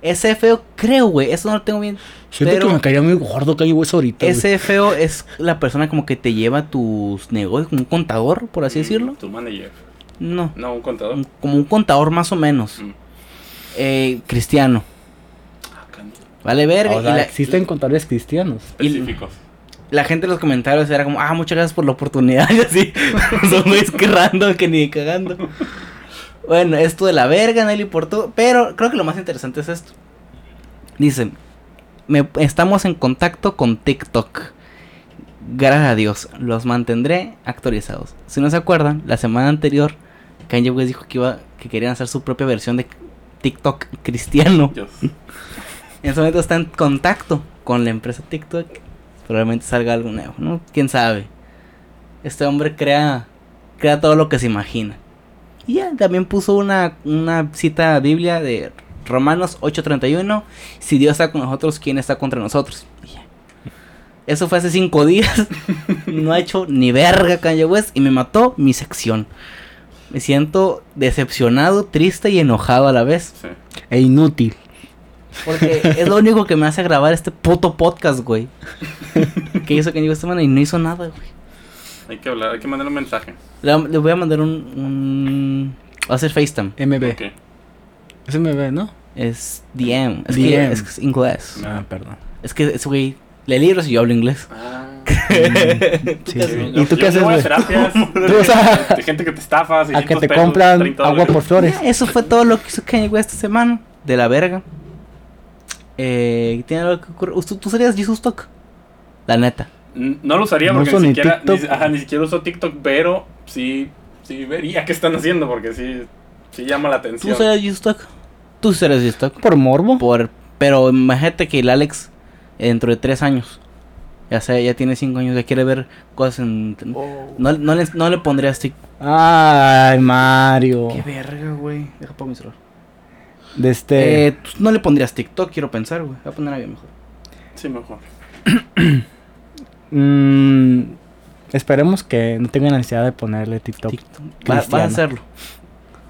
Speaker 1: SFO creo, güey. Eso no lo tengo bien.
Speaker 2: Siento
Speaker 1: Pero-
Speaker 2: que me caería muy gordo Kanye West ahorita. güey.
Speaker 1: SFO es la persona como que te lleva tus negocios, como un contador, por así
Speaker 3: Mm,
Speaker 1: decirlo.
Speaker 3: Tu manager.
Speaker 1: No,
Speaker 3: No, un contador.
Speaker 1: un- como un contador más o menos.
Speaker 3: Mm.
Speaker 1: Eh, cristiano.
Speaker 3: Ah, can-
Speaker 1: Vale, verga.
Speaker 2: O
Speaker 1: y
Speaker 2: sea,
Speaker 1: la,
Speaker 2: existen contadores cristianos.
Speaker 1: y-
Speaker 3: Específicos.
Speaker 1: la gente en los comentarios era como, ah, muchas gracias por la oportunidad. [laughs] Y así, son güeyes que random que ni cagando. Bueno, esto de la verga, no le importó. Pero creo que lo más interesante es esto. Dice, "Me- estamos en contacto con TikTok. Gracias a Dios, los mantendré actualizados. Si no se acuerdan, la semana anterior Kanye West dijo que iba que querían hacer su propia versión de TikTok cristiano.
Speaker 3: Dios.
Speaker 1: En este momento está en contacto con la empresa TikTok. Probablemente salga algo nuevo, ¿no? ¿Quién sabe? Este hombre crea, crea todo lo que se imagina. Y ya, también puso una, una cita biblia de Romanos 8:31. Si Dios está con nosotros, ¿quién está contra nosotros? Y ya. Eso fue hace cinco días. [laughs] no ha hecho ni verga Kanye West y me mató mi sección. Me siento decepcionado, triste y enojado a la vez.
Speaker 3: Sí.
Speaker 2: E inútil.
Speaker 1: Porque es lo único que me hace grabar este puto podcast, güey. que hizo que llegó esta semana y no hizo nada, güey.
Speaker 3: Hay que hablar, hay que mandar un mensaje.
Speaker 1: Le, le voy a mandar un, un- Va a hacer FaceTime.
Speaker 2: MB.
Speaker 3: Ok.
Speaker 2: Es MB, ¿no?
Speaker 1: Es DM. Es
Speaker 2: DM.
Speaker 1: que es, que es inglés.
Speaker 3: Ah,
Speaker 2: perdón.
Speaker 1: Es que ese güey lee libros y yo hablo
Speaker 3: [laughs]
Speaker 1: inglés.
Speaker 3: Ah,
Speaker 2: Sí,
Speaker 1: qué
Speaker 2: sí.
Speaker 1: haces?
Speaker 2: ¿Y tú qué haces, güey? [laughs] Tú, o sea,
Speaker 3: De gente que te estafa.
Speaker 2: A que
Speaker 3: 600
Speaker 2: te
Speaker 3: pesos,
Speaker 2: compran
Speaker 3: 30
Speaker 2: agua
Speaker 3: dólares.
Speaker 2: por flores.
Speaker 1: Ya, eso fue todo lo que hizo Kanye West esta semana. De la verga. Eh, ¿Tiene algo que ocurrir? ¿Tú, tú serías Jesus Talk? La neta.
Speaker 3: N- No lo usaría
Speaker 2: No
Speaker 3: porque
Speaker 2: uso
Speaker 3: ni
Speaker 2: ni
Speaker 3: siquiera, ni,
Speaker 2: TikTok.
Speaker 3: ajá, ni siquiera uso TikTok, pero sí, sí vería qué están haciendo porque sí, sí llama la
Speaker 1: ¿Tú
Speaker 3: atención.
Speaker 1: serías Jesus Talk? ¿Tú serías Jesus Talk?
Speaker 2: Por morbo.
Speaker 1: Por, pero imagínate que el Alex, dentro de tres años, ya sea, ya tiene cinco años, ya quiere ver cosas en. No, no, le, no le pondrías tic-
Speaker 2: Ay, Mario.
Speaker 1: verga, güey. Deja pongo mi celular.
Speaker 2: De este.
Speaker 1: Eh, tú no le pondrías TikTok, quiero pensar, güey. Voy a poner algo mejor.
Speaker 3: Sí, mejor.
Speaker 2: mm, esperemos que no tengan necesidad de ponerle TikTok.
Speaker 1: TikTok. Va- vas a
Speaker 2: cristiano.
Speaker 1: hacerlo.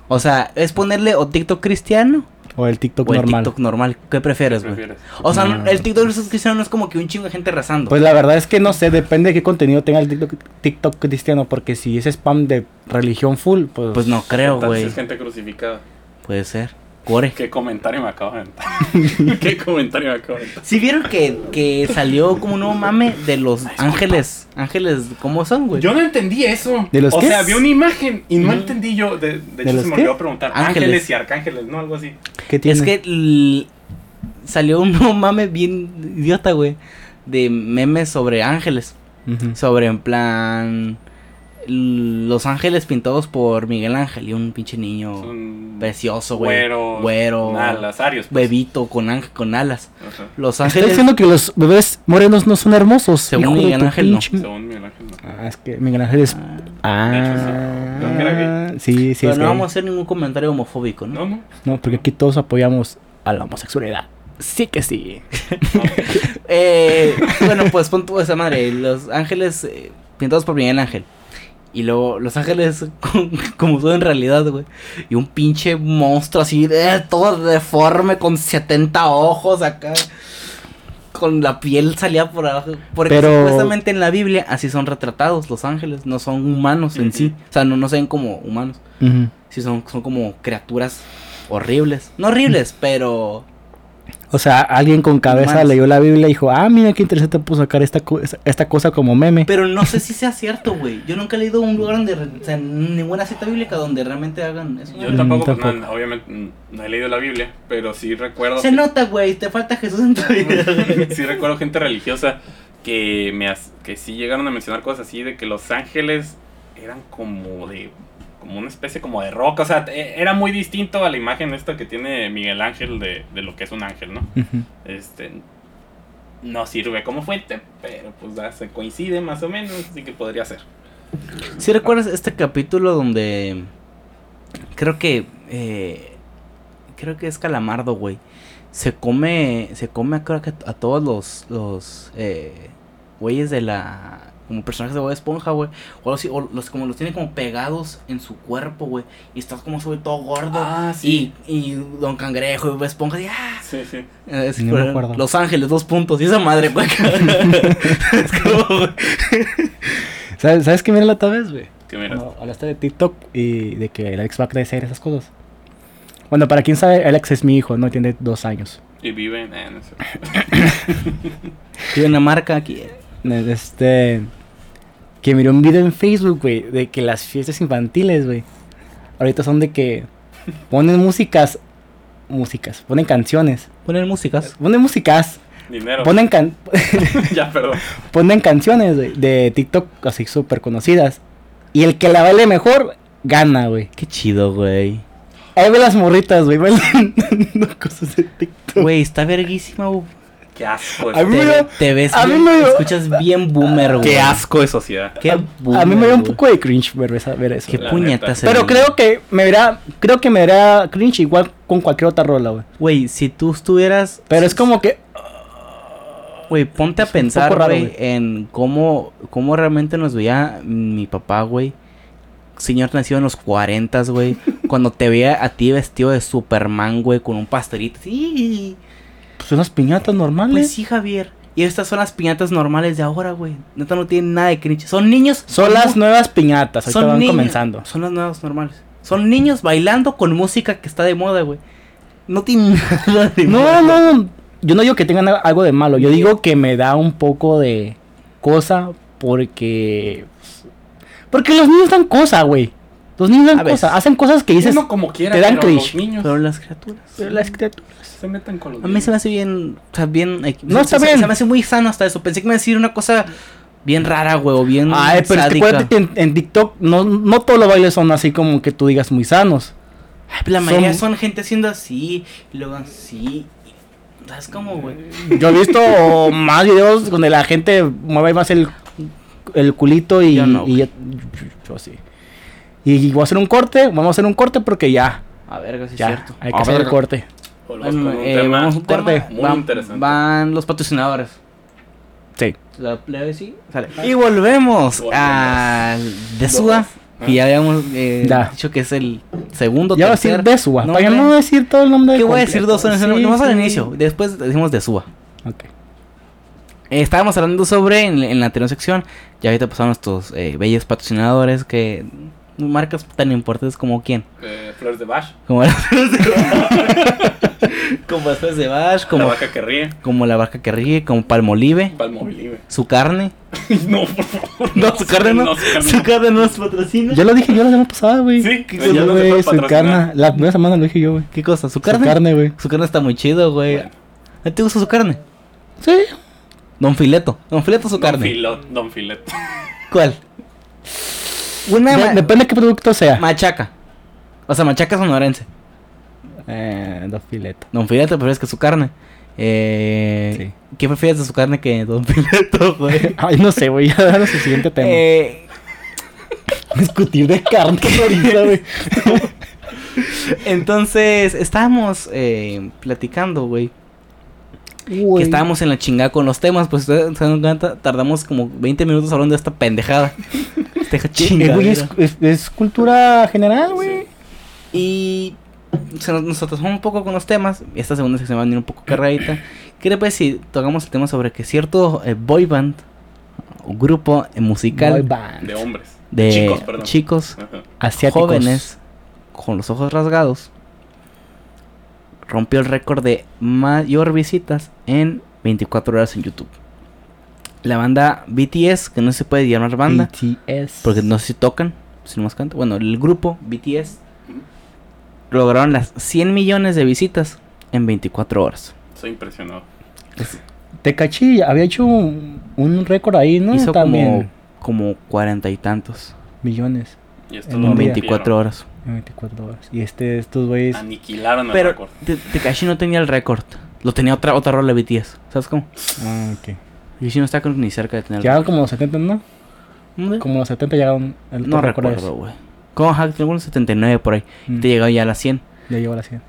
Speaker 1: O sea, es ponerle o TikTok cristiano
Speaker 2: O el TikTok
Speaker 1: o el
Speaker 2: normal.
Speaker 1: TikTok normal. ¿Qué prefieres, güey?
Speaker 3: prefieres?
Speaker 1: O sea, no-
Speaker 2: Mm.
Speaker 1: el TikTok cristiano no es como que un chingo de gente rezando.
Speaker 2: Pues la verdad es que no sé, depende de qué contenido tenga el TikTok, TikTok cristiano, porque si es spam de religión full, pues...
Speaker 1: pues no creo,
Speaker 3: Tal vez
Speaker 1: güey.
Speaker 3: es gente crucificada.
Speaker 1: Puede ser. Core.
Speaker 3: ¿Qué comentario me acabo de aventar?
Speaker 2: [laughs]
Speaker 3: ¿Qué comentario me acabo de aventar?
Speaker 1: Si vieron que, que salió como un nuevo mame de los ángeles. Ángeles, ¿cómo son, güey?
Speaker 3: Yo no entendí eso.
Speaker 2: ¿De los
Speaker 3: o
Speaker 2: qué?
Speaker 3: sea, vi una imagen y no
Speaker 1: Ujú.
Speaker 3: entendí yo. De, de hecho,
Speaker 2: los
Speaker 3: se me
Speaker 2: qué?
Speaker 3: olvidó preguntar. Ángeles.
Speaker 1: Ángeles
Speaker 3: y arcángeles, ¿no? Algo así.
Speaker 2: ¿Qué tiene?
Speaker 1: es que l- salió un nuevo mame bien idiota, güey. De memes sobre ángeles.
Speaker 2: Ujú.
Speaker 1: Sobre en plan. l- Los ángeles pintados por Miguel Ángel y un pinche niño
Speaker 3: Son
Speaker 1: precioso, güey.
Speaker 3: güeros,
Speaker 1: güero,
Speaker 3: nalas, arios, pues.
Speaker 1: Bebito con, ángel, con alas.
Speaker 3: Ajá.
Speaker 1: Los
Speaker 2: ¿Estás
Speaker 1: ángeles.
Speaker 2: diciendo que los bebés morenos no son hermosos?
Speaker 1: Según
Speaker 2: hijo de
Speaker 1: Miguel
Speaker 2: tu
Speaker 1: Ángel, no.
Speaker 2: pinche-
Speaker 3: Según Miguel Ángel, no.
Speaker 2: Ah, es que Miguel Ángel es...
Speaker 1: Ah,
Speaker 2: Ah,
Speaker 3: De hecho, sí. Creo
Speaker 2: sí, sí.
Speaker 1: pero
Speaker 2: es
Speaker 1: no
Speaker 2: gay.
Speaker 1: vamos a hacer ningún comentario homofóbico, ¿no?
Speaker 3: No, no.
Speaker 2: No, porque aquí todos apoyamos a la homosexualidad. Sí que sí.
Speaker 1: Eh, bueno, pues pon tú esa madre. Los ángeles eh, pintados por Miguel Ángel. Y luego Los Ángeles [laughs] con- como son en realidad, güey. Y un pinche monstruo así, eh, todo deforme, con 70 ojos acá. Con la piel salía por abajo. Porque
Speaker 2: Pero-
Speaker 1: supuestamente en la Biblia así son retratados los ángeles. No son humanos en sí.
Speaker 3: Ujú.
Speaker 1: O sea, no, no se ven como humanos.
Speaker 2: Ujú.
Speaker 1: Sí son, son como criaturas horribles. No horribles, pero...
Speaker 2: O sea, alguien con cabeza
Speaker 1: Humanos.
Speaker 2: leyó la Biblia y dijo, ah, mira qué interesante puedo sacar esta, co- esta cosa como meme.
Speaker 1: Pero no sé si sea cierto, güey. Yo nunca he leído un lugar donde, re- o sea, ninguna cita bíblica donde realmente hagan eso.
Speaker 3: Yo
Speaker 2: Mm,
Speaker 3: tampoco, pues, no,
Speaker 2: tampoco.
Speaker 3: obviamente, mm, no he leído la Biblia, pero sí recuerdo.
Speaker 1: Se nota, güey, te falta Jesús en tu
Speaker 3: [laughs]
Speaker 1: vida. güey.
Speaker 3: sí recuerdo gente religiosa que me as- que sí llegaron a mencionar cosas así de que los ángeles eran como de como una especie como de roca, o sea, e- era muy distinto a la imagen esta que tiene Miguel Ángel de, de lo que es un ángel, ¿no?
Speaker 2: Ujú.
Speaker 3: Este no sirve como fuente, pero pues da- se coincide más o menos, así que podría ser.
Speaker 1: ¿Sí recuerdas este capítulo donde creo que eh, creo que es Calamardo, güey? Se come se come creo que a todos los los eh, güeyes de la como personajes de Bob Esponja, güey, o los, o los como los tiene como pegados en su cuerpo, güey, y estás como sobre todo gordo.
Speaker 3: Ah,
Speaker 1: Y, y Don Cangrejo y Bob Esponja, y, ¡ah!
Speaker 3: Sí, sí.
Speaker 1: Eh, es
Speaker 2: Ni me
Speaker 1: por-
Speaker 2: acuerdo.
Speaker 1: Los Ángeles, dos puntos. Y esa madre, güey. [laughs] es como,
Speaker 2: ¿Sabes, ¿Sabes qué mira la otra vez, güey?
Speaker 3: Que mira,
Speaker 2: Cuando hablaste de TikTok y de que Alex va a crecer esas cosas. Bueno, para quien sabe, Alex es mi hijo, no tiene dos años.
Speaker 3: y viven eh, no sé.
Speaker 1: Tiene una marca aquí.
Speaker 2: Este. Que miró un video en Facebook, güey, de que las fiestas infantiles, güey. Ahorita son de que ponen músicas músicas, ponen canciones,
Speaker 1: Poner músicas.
Speaker 2: ponen músicas,
Speaker 3: Dinero.
Speaker 2: ponen, can-
Speaker 3: [laughs] ya, perdón.
Speaker 2: ponen canciones güey, de TikTok así súper conocidas. Y el que la baile mejor, gana, güey.
Speaker 1: Qué chido, güey.
Speaker 2: Ahí ve las morritas, güey, [laughs] bailando cosas de TikTok.
Speaker 1: Güey, está verguísima. bu-
Speaker 3: Qué asco.
Speaker 2: A
Speaker 3: es-
Speaker 2: mí me
Speaker 1: Te,
Speaker 2: dio-
Speaker 1: te ves
Speaker 2: a mí
Speaker 1: bien,
Speaker 2: me dio-
Speaker 1: escuchas bien boomer, güey.
Speaker 3: Qué asco de sociedad.
Speaker 1: Qué
Speaker 2: a,
Speaker 1: boomer,
Speaker 2: a mí me dio un
Speaker 1: güey.
Speaker 2: poco de cringe ver, esa- ver eso.
Speaker 1: Qué
Speaker 2: güey.
Speaker 3: La
Speaker 1: puñetas.
Speaker 3: neta.
Speaker 2: Pero creo que me verá, creo que me verá cringe igual con cualquier otra rola, güey.
Speaker 1: Güey, si tú estuvieras.
Speaker 2: Pero es como que
Speaker 1: Güey, ponte a
Speaker 2: un
Speaker 1: pensar,
Speaker 2: poco raro,
Speaker 1: güey,
Speaker 2: güey.
Speaker 1: en cómo, cómo realmente nos veía mi papá, güey. Señor nacido en los 40,
Speaker 2: [laughs]
Speaker 1: güey. cuando te veía a ti vestido de Superman, güey, con un pastelito. Sí,
Speaker 2: pues unas piñatas normales.
Speaker 1: pues sí, Javier. Y estas son las piñatas normales de ahora, güey. Neta no tienen nada de cringe. Son niños.
Speaker 2: Son las nuevas piñatas, ahorita
Speaker 1: son
Speaker 2: van
Speaker 1: niños-
Speaker 2: comenzando.
Speaker 1: Son las nuevas normales. Son niños bailando con música que está de moda, güey. No tiene [laughs] nada de
Speaker 2: No,
Speaker 1: moda.
Speaker 2: no, yo no digo que tengan algo de malo, yo digo que me da un poco de cosa porque porque los niños dan cosa, güey. Los niños
Speaker 1: A
Speaker 2: dan
Speaker 1: ver.
Speaker 2: cosa, hacen cosas que dices,
Speaker 3: Uno como quiera,
Speaker 2: te dan
Speaker 3: pero los
Speaker 2: cringe.
Speaker 3: niños
Speaker 1: Pero las criaturas.
Speaker 2: "Pero las criaturas".
Speaker 3: se meten con los
Speaker 1: A mí se
Speaker 3: niños.
Speaker 1: me hace bien. O sea, bien. eh,
Speaker 2: No,
Speaker 1: se-
Speaker 2: está
Speaker 1: se,
Speaker 2: bien.
Speaker 1: Se me hace muy sano hasta eso. Pensé que me iba a decir una cosa bien rara, güey. O bien.
Speaker 2: Ay, Ah, pero "Mm, es que
Speaker 1: sádica.
Speaker 2: acuérdate que en, en TikTok no, no todos los bailes son así como que tú digas muy sanos.
Speaker 1: Ay, la mayoría
Speaker 2: son-
Speaker 1: son... gente haciendo así. Y luego así. y- ¿Sabes cómo, güey?
Speaker 2: Yo he visto [laughs] más videos donde la gente mueve más el, el culito y,
Speaker 1: Yo no, güey.
Speaker 2: y yo- yo sí. Y voy a hacer un corte, vamos a hacer un corte porque ya,
Speaker 1: A ver, si es
Speaker 2: ya,
Speaker 1: cierto.
Speaker 2: hay que hacer el corte.
Speaker 3: Volvemos
Speaker 1: Bueno,
Speaker 3: con un
Speaker 1: eh,
Speaker 3: tema
Speaker 1: vamos a un
Speaker 2: corte.
Speaker 1: tema.
Speaker 3: muy
Speaker 1: Van-
Speaker 3: interesante.
Speaker 1: Van los patrocinadores.
Speaker 2: Sí.
Speaker 1: La plebe sí. Sale. Y volvemos
Speaker 3: Volvemos.
Speaker 1: al de Suda.
Speaker 3: Ah.
Speaker 1: Que ya habíamos eh,
Speaker 2: Ya.
Speaker 1: dicho que es el segundo.
Speaker 2: Ya va a
Speaker 1: tercer
Speaker 2: decir de su,
Speaker 1: nombre.
Speaker 2: para que no decir todo el nombre.
Speaker 1: ¿Qué voy a decir dos horas?
Speaker 2: horas
Speaker 1: no más al inicio. Después decimos de Suba.
Speaker 2: Ok.
Speaker 1: Eh, estábamos hablando sobre en, en la anterior sección. Ya ahorita pasaron estos eh, bellos patrocinadores que. mm, Marcas tan importantes como quién.
Speaker 3: Eh, Flores de Bash.
Speaker 1: Como [laughs] las [laughs] como las flores de Bash,
Speaker 3: La
Speaker 1: como,
Speaker 3: vaca que ríe.
Speaker 1: como la barca que ríe, como Palmolive,
Speaker 3: [laughs] Palmovilive.
Speaker 1: su carne.
Speaker 3: no, por favor.
Speaker 1: No, su carne no.
Speaker 3: su carne
Speaker 1: Su carne no nos patrocina.
Speaker 2: Yo lo dije yo la semana pasada, güey.
Speaker 3: Sí,
Speaker 2: Qué
Speaker 3: ya
Speaker 2: cosa,
Speaker 3: no se
Speaker 2: güey,
Speaker 3: puede
Speaker 2: su
Speaker 3: patrocinar.
Speaker 2: carne. La primera semana lo dije yo, güey.
Speaker 1: ¿Qué cosa? ¿Su
Speaker 2: Su
Speaker 1: carne?
Speaker 2: carne, güey.
Speaker 1: Su carne está muy chido, güey.
Speaker 3: Bueno.
Speaker 1: ¿A ti te gusta su carne?
Speaker 2: Sí.
Speaker 1: Don Fileto. Don Fileto su
Speaker 3: Don
Speaker 1: carne.
Speaker 3: Filo- Don Filet.
Speaker 1: ¿Cuál? Una
Speaker 2: De-
Speaker 1: ma-
Speaker 2: depende de qué producto sea.
Speaker 1: machaca. O sea, machaca sonorense.
Speaker 2: Eh, dos filetes. [laughs]
Speaker 1: Don Fileto prefieres que su carne. Eh, ¿Qué prefieres de su carne que Don [laughs] Fileto, güey?
Speaker 2: Ay, no sé, güey. [laughs] Ya danos el siguiente tema.
Speaker 1: Eh,
Speaker 2: [laughs] Discutir de
Speaker 1: [laughs]
Speaker 2: carne ahorita, güey.
Speaker 1: entonces, estábamos eh, platicando, güey. Que
Speaker 2: Güey.
Speaker 1: estábamos en la chingada con los temas. Pues ustedes se dan cuenta, tardamos como 20 minutos hablando de esta pendejada. Esta
Speaker 2: Eh, güey, es,
Speaker 1: chingadera.
Speaker 2: es- es cultura general, güey.
Speaker 1: Y se nos, nos atrasamos un poco con los temas. y Esta segunda sección va a venir un poco cargadita. ¿Qué le parece si tocamos el tema sobre que cierto eh, boy band o grupo eh, musical
Speaker 2: Boy band.
Speaker 3: De hombres.
Speaker 1: de
Speaker 3: Chicos, perdón.
Speaker 1: chicos,
Speaker 3: Ajá.
Speaker 2: Asiáticos.
Speaker 1: jóvenes con los ojos rasgados rompió el récord de mayor visitas en 24 horas en YouTube? La banda BTS, que no se puede llamar banda,
Speaker 2: BTS.
Speaker 1: porque no sé si tocan, si no más cantan. Bueno, el grupo BTS lograron las 100 millones de visitas en 24 horas.
Speaker 3: Soy impresionado.
Speaker 2: Tecachi había hecho un, un récord ahí, ¿no?
Speaker 1: Hizo
Speaker 2: También.
Speaker 1: como como cuarenta y tantos
Speaker 2: Millones.
Speaker 3: Y esto
Speaker 2: En
Speaker 3: lo
Speaker 1: en
Speaker 2: un día.
Speaker 1: 24 horas.
Speaker 2: en 24 horas. Y este, estos güeyes.
Speaker 1: Ah,
Speaker 3: Aniquilaron el
Speaker 1: Pero
Speaker 3: récord.
Speaker 1: Te- Tekashi no tenía el récord. Lo tenía otra otra rola de BTS. ¿Sabes cómo?
Speaker 2: Ah, ok.
Speaker 1: Tekashi no está con- ni cerca de tener el
Speaker 2: Llegaron como los 70, ¿no?
Speaker 1: récord.
Speaker 2: Como los 70 llegaron. El
Speaker 1: No
Speaker 2: otro récord
Speaker 1: recuerdo, güey. Como hack, tengo unos 79 por ahí.
Speaker 2: es- Mm,
Speaker 1: Te llegó ya a las 100.
Speaker 2: ya llegó a la 100.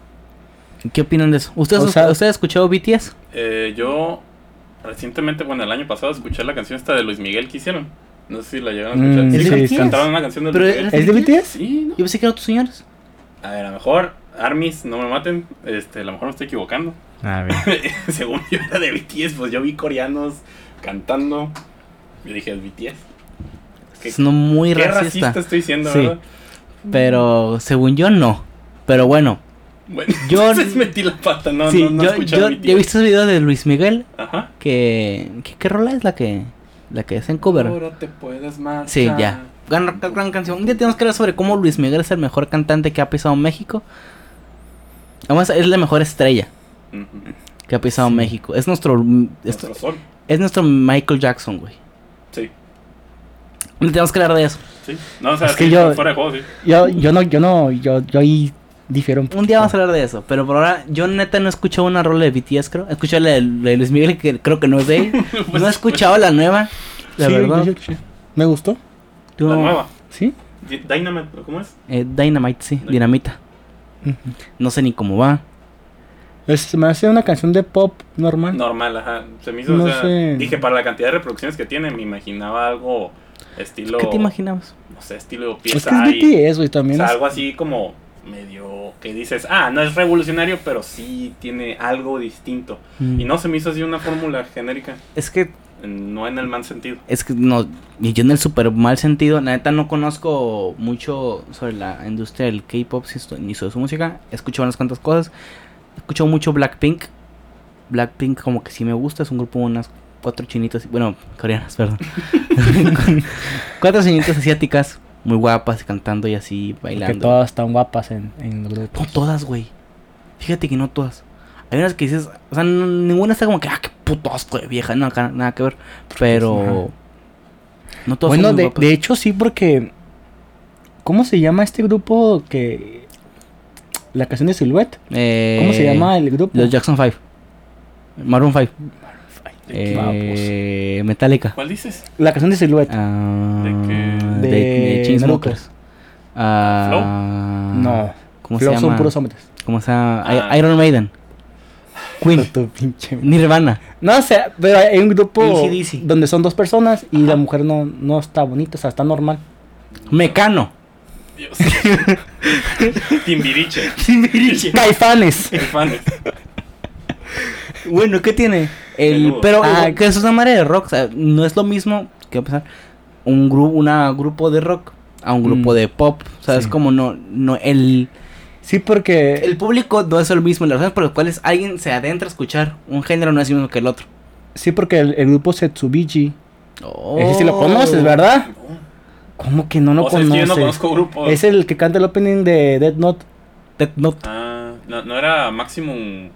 Speaker 1: ¿Qué opinan de eso? ¿Ustedes,
Speaker 2: O sea-
Speaker 1: ¿ustedes han escuchado BTS?
Speaker 3: Eh, yo recientemente, bueno, el año pasado escuché la canción esta de Luis Miguel que hicieron. No sé si la llegaron a escuchar.
Speaker 2: Mm,
Speaker 3: sí,
Speaker 1: ¿es de BTS?
Speaker 3: cantaron una canción de
Speaker 1: Pero
Speaker 3: Luis Miguel.
Speaker 1: era-
Speaker 2: ¿Es de BTS?
Speaker 3: Sí, ¿no?
Speaker 1: Yo pensé que eran otros señores.
Speaker 3: A ver, a lo mejor, Armis, no me maten. Este, a lo mejor me estoy equivocando.
Speaker 1: Ah,
Speaker 2: A
Speaker 3: [laughs]
Speaker 2: ver.
Speaker 3: Según yo era de BTS, pues yo vi coreanos cantando. Yo dije, es BTS. ¿Qué,
Speaker 1: Es no muy
Speaker 3: qué
Speaker 1: racista.
Speaker 3: racista estoy siendo,
Speaker 1: Sí.
Speaker 3: verdad?
Speaker 1: Pero según yo, no. Pero bueno,
Speaker 3: Bueno,
Speaker 1: Yo-
Speaker 3: [laughs] entonces metí la pata, no,
Speaker 1: sí,
Speaker 3: no, no
Speaker 1: yo,
Speaker 3: escuché
Speaker 1: yo,
Speaker 3: BTS.
Speaker 1: yo he visto videos de Luis Miguel
Speaker 3: Ajá.
Speaker 1: que, que- ¿Qué rola es la que la que hacen cover?
Speaker 3: Ahora te puedes marchar.
Speaker 1: Sí, ya. Gran, gran- gran canción. Un día tenemos que hablar sobre cómo Luis Miguel es el mejor cantante que ha pisado México. Además, es la mejor estrella
Speaker 3: Ujú.
Speaker 1: que ha pisado México. Es nuestro, es,
Speaker 3: Nuestro sol.
Speaker 1: es nuestro Michael Jackson, güey.
Speaker 3: Sí,
Speaker 1: Tenemos que hablar de eso.
Speaker 3: sí. No, o sea,
Speaker 2: Es que
Speaker 3: sí,
Speaker 2: yo-
Speaker 3: fuera de juego, sí.
Speaker 2: Yo, yo no, yo no, yo, yo ahí difiero un poco.
Speaker 1: Un día vamos a hablar de eso, pero por ahora yo neta no he escuchado una rola de BTS, creo. He escuchado la de la de Luis Miguel, que creo que no es de él. [laughs]
Speaker 3: Pues [laughs]
Speaker 1: no he escuchado la nueva, la
Speaker 2: Sí,
Speaker 1: verdad.
Speaker 2: yo- yo- Me gustó,
Speaker 1: Tú-
Speaker 3: pues, La nueva.
Speaker 2: sí.
Speaker 3: Di- Dynamite, ¿cómo es?
Speaker 1: eh, Dynamite, sí,
Speaker 3: Dynamite.
Speaker 1: Dinamita.
Speaker 2: Ujú.
Speaker 1: No sé ni cómo va.
Speaker 2: Es- se me hace una canción de pop normal.
Speaker 3: Normal, ajá. Se me hizo,
Speaker 2: No
Speaker 3: o sea,
Speaker 2: sé.
Speaker 3: dije, para la cantidad de reproducciones que tiene, me imaginaba algo estilo,
Speaker 1: ¿Qué te imaginabas?
Speaker 3: no sé, estilo
Speaker 2: es
Speaker 3: pieza
Speaker 2: que es BTS, güey, también.
Speaker 3: O sea,
Speaker 2: es-
Speaker 3: algo así como medio que dices, ah, no es revolucionario, pero sí tiene algo distinto.
Speaker 1: Mm.
Speaker 3: Y no se me hizo así una fórmula genérica,
Speaker 1: Es que,
Speaker 3: en- no en el mal sentido.
Speaker 1: es que no, y yo en el super mal sentido, la neta no conozco mucho sobre la industria del K-pop si esto- ni sobre su música. He escuchado unas cuantas cosas. He escuchado mucho Blackpink. Blackpink como que sí me gusta, es un grupo de unas cuatro chinitas, bueno, coreanas,
Speaker 2: [laughs]
Speaker 1: perdón. [laughs] cuatro chinitas asiáticas, muy guapas, cantando y así,
Speaker 2: que
Speaker 1: bailando.
Speaker 2: todas están guapas en, en el grupo.
Speaker 1: No todas, güey. Fíjate que no todas. Hay unas que dices, o sea, no- ninguna está como que, ah, qué puto asco de vieja, no, acá nada que ver. Pero. No todas
Speaker 2: Bueno,
Speaker 1: son muy
Speaker 2: de,
Speaker 1: guapas.
Speaker 2: de hecho sí, porque... ¿Cómo se llama este grupo que... La canción de Silhouette?
Speaker 1: Eh,
Speaker 2: ¿Cómo se llama el grupo?
Speaker 1: Los Jackson 5. Maroon 5.
Speaker 2: qué
Speaker 1: Eh, Metallica.
Speaker 3: ¿Cuál dices?
Speaker 2: La canción de Silhouette.
Speaker 1: Ah,
Speaker 3: ¿De qué?
Speaker 1: de, de
Speaker 2: De
Speaker 1: Chainsmokers. Ah,
Speaker 2: no.
Speaker 1: ¿Cómo
Speaker 2: Flow
Speaker 1: se
Speaker 2: son
Speaker 1: llama?
Speaker 2: puros hombres.
Speaker 1: ¿Cómo se llama?
Speaker 3: Ah.
Speaker 1: I- Iron Maiden. Queen.
Speaker 2: Tu pinche-
Speaker 1: Nirvana.
Speaker 2: No, o sea, pero hay un grupo
Speaker 1: AC/DC.
Speaker 2: donde son dos personas y la mujer no, no está bonita, o sea, está
Speaker 3: [laughs]
Speaker 2: normal.
Speaker 1: Mecano.
Speaker 2: [laughs]
Speaker 3: Dios. Timbiriche.
Speaker 2: Caifanes.
Speaker 3: El fan es-
Speaker 1: Bueno, ¿qué tiene? El,
Speaker 3: Peludo.
Speaker 1: pero
Speaker 2: Ah,
Speaker 1: eh, que es una madre de rock, o sea, no es lo mismo que va a pasar un grupo, una grupo de rock a un grupo
Speaker 2: Mm.
Speaker 1: de pop, o sea, es
Speaker 2: Sí. Eh.
Speaker 1: como no, no el,
Speaker 2: Sí, porque...
Speaker 1: el público no es el mismo, las razones por las cuales alguien se adentra a escuchar un género no es el mismo que el otro.
Speaker 2: Sí, porque el, el grupo Setsubichi. Oh.
Speaker 1: Oh.
Speaker 2: Ese sí lo conoces, ¿verdad?
Speaker 3: No.
Speaker 2: ¿Cómo que no lo
Speaker 3: O sea, es que yo
Speaker 2: conoces?
Speaker 3: no conozco grupos.
Speaker 2: Es el que canta el opening de Dead Note.
Speaker 1: Death Note.
Speaker 3: Ah, no, no era Maximum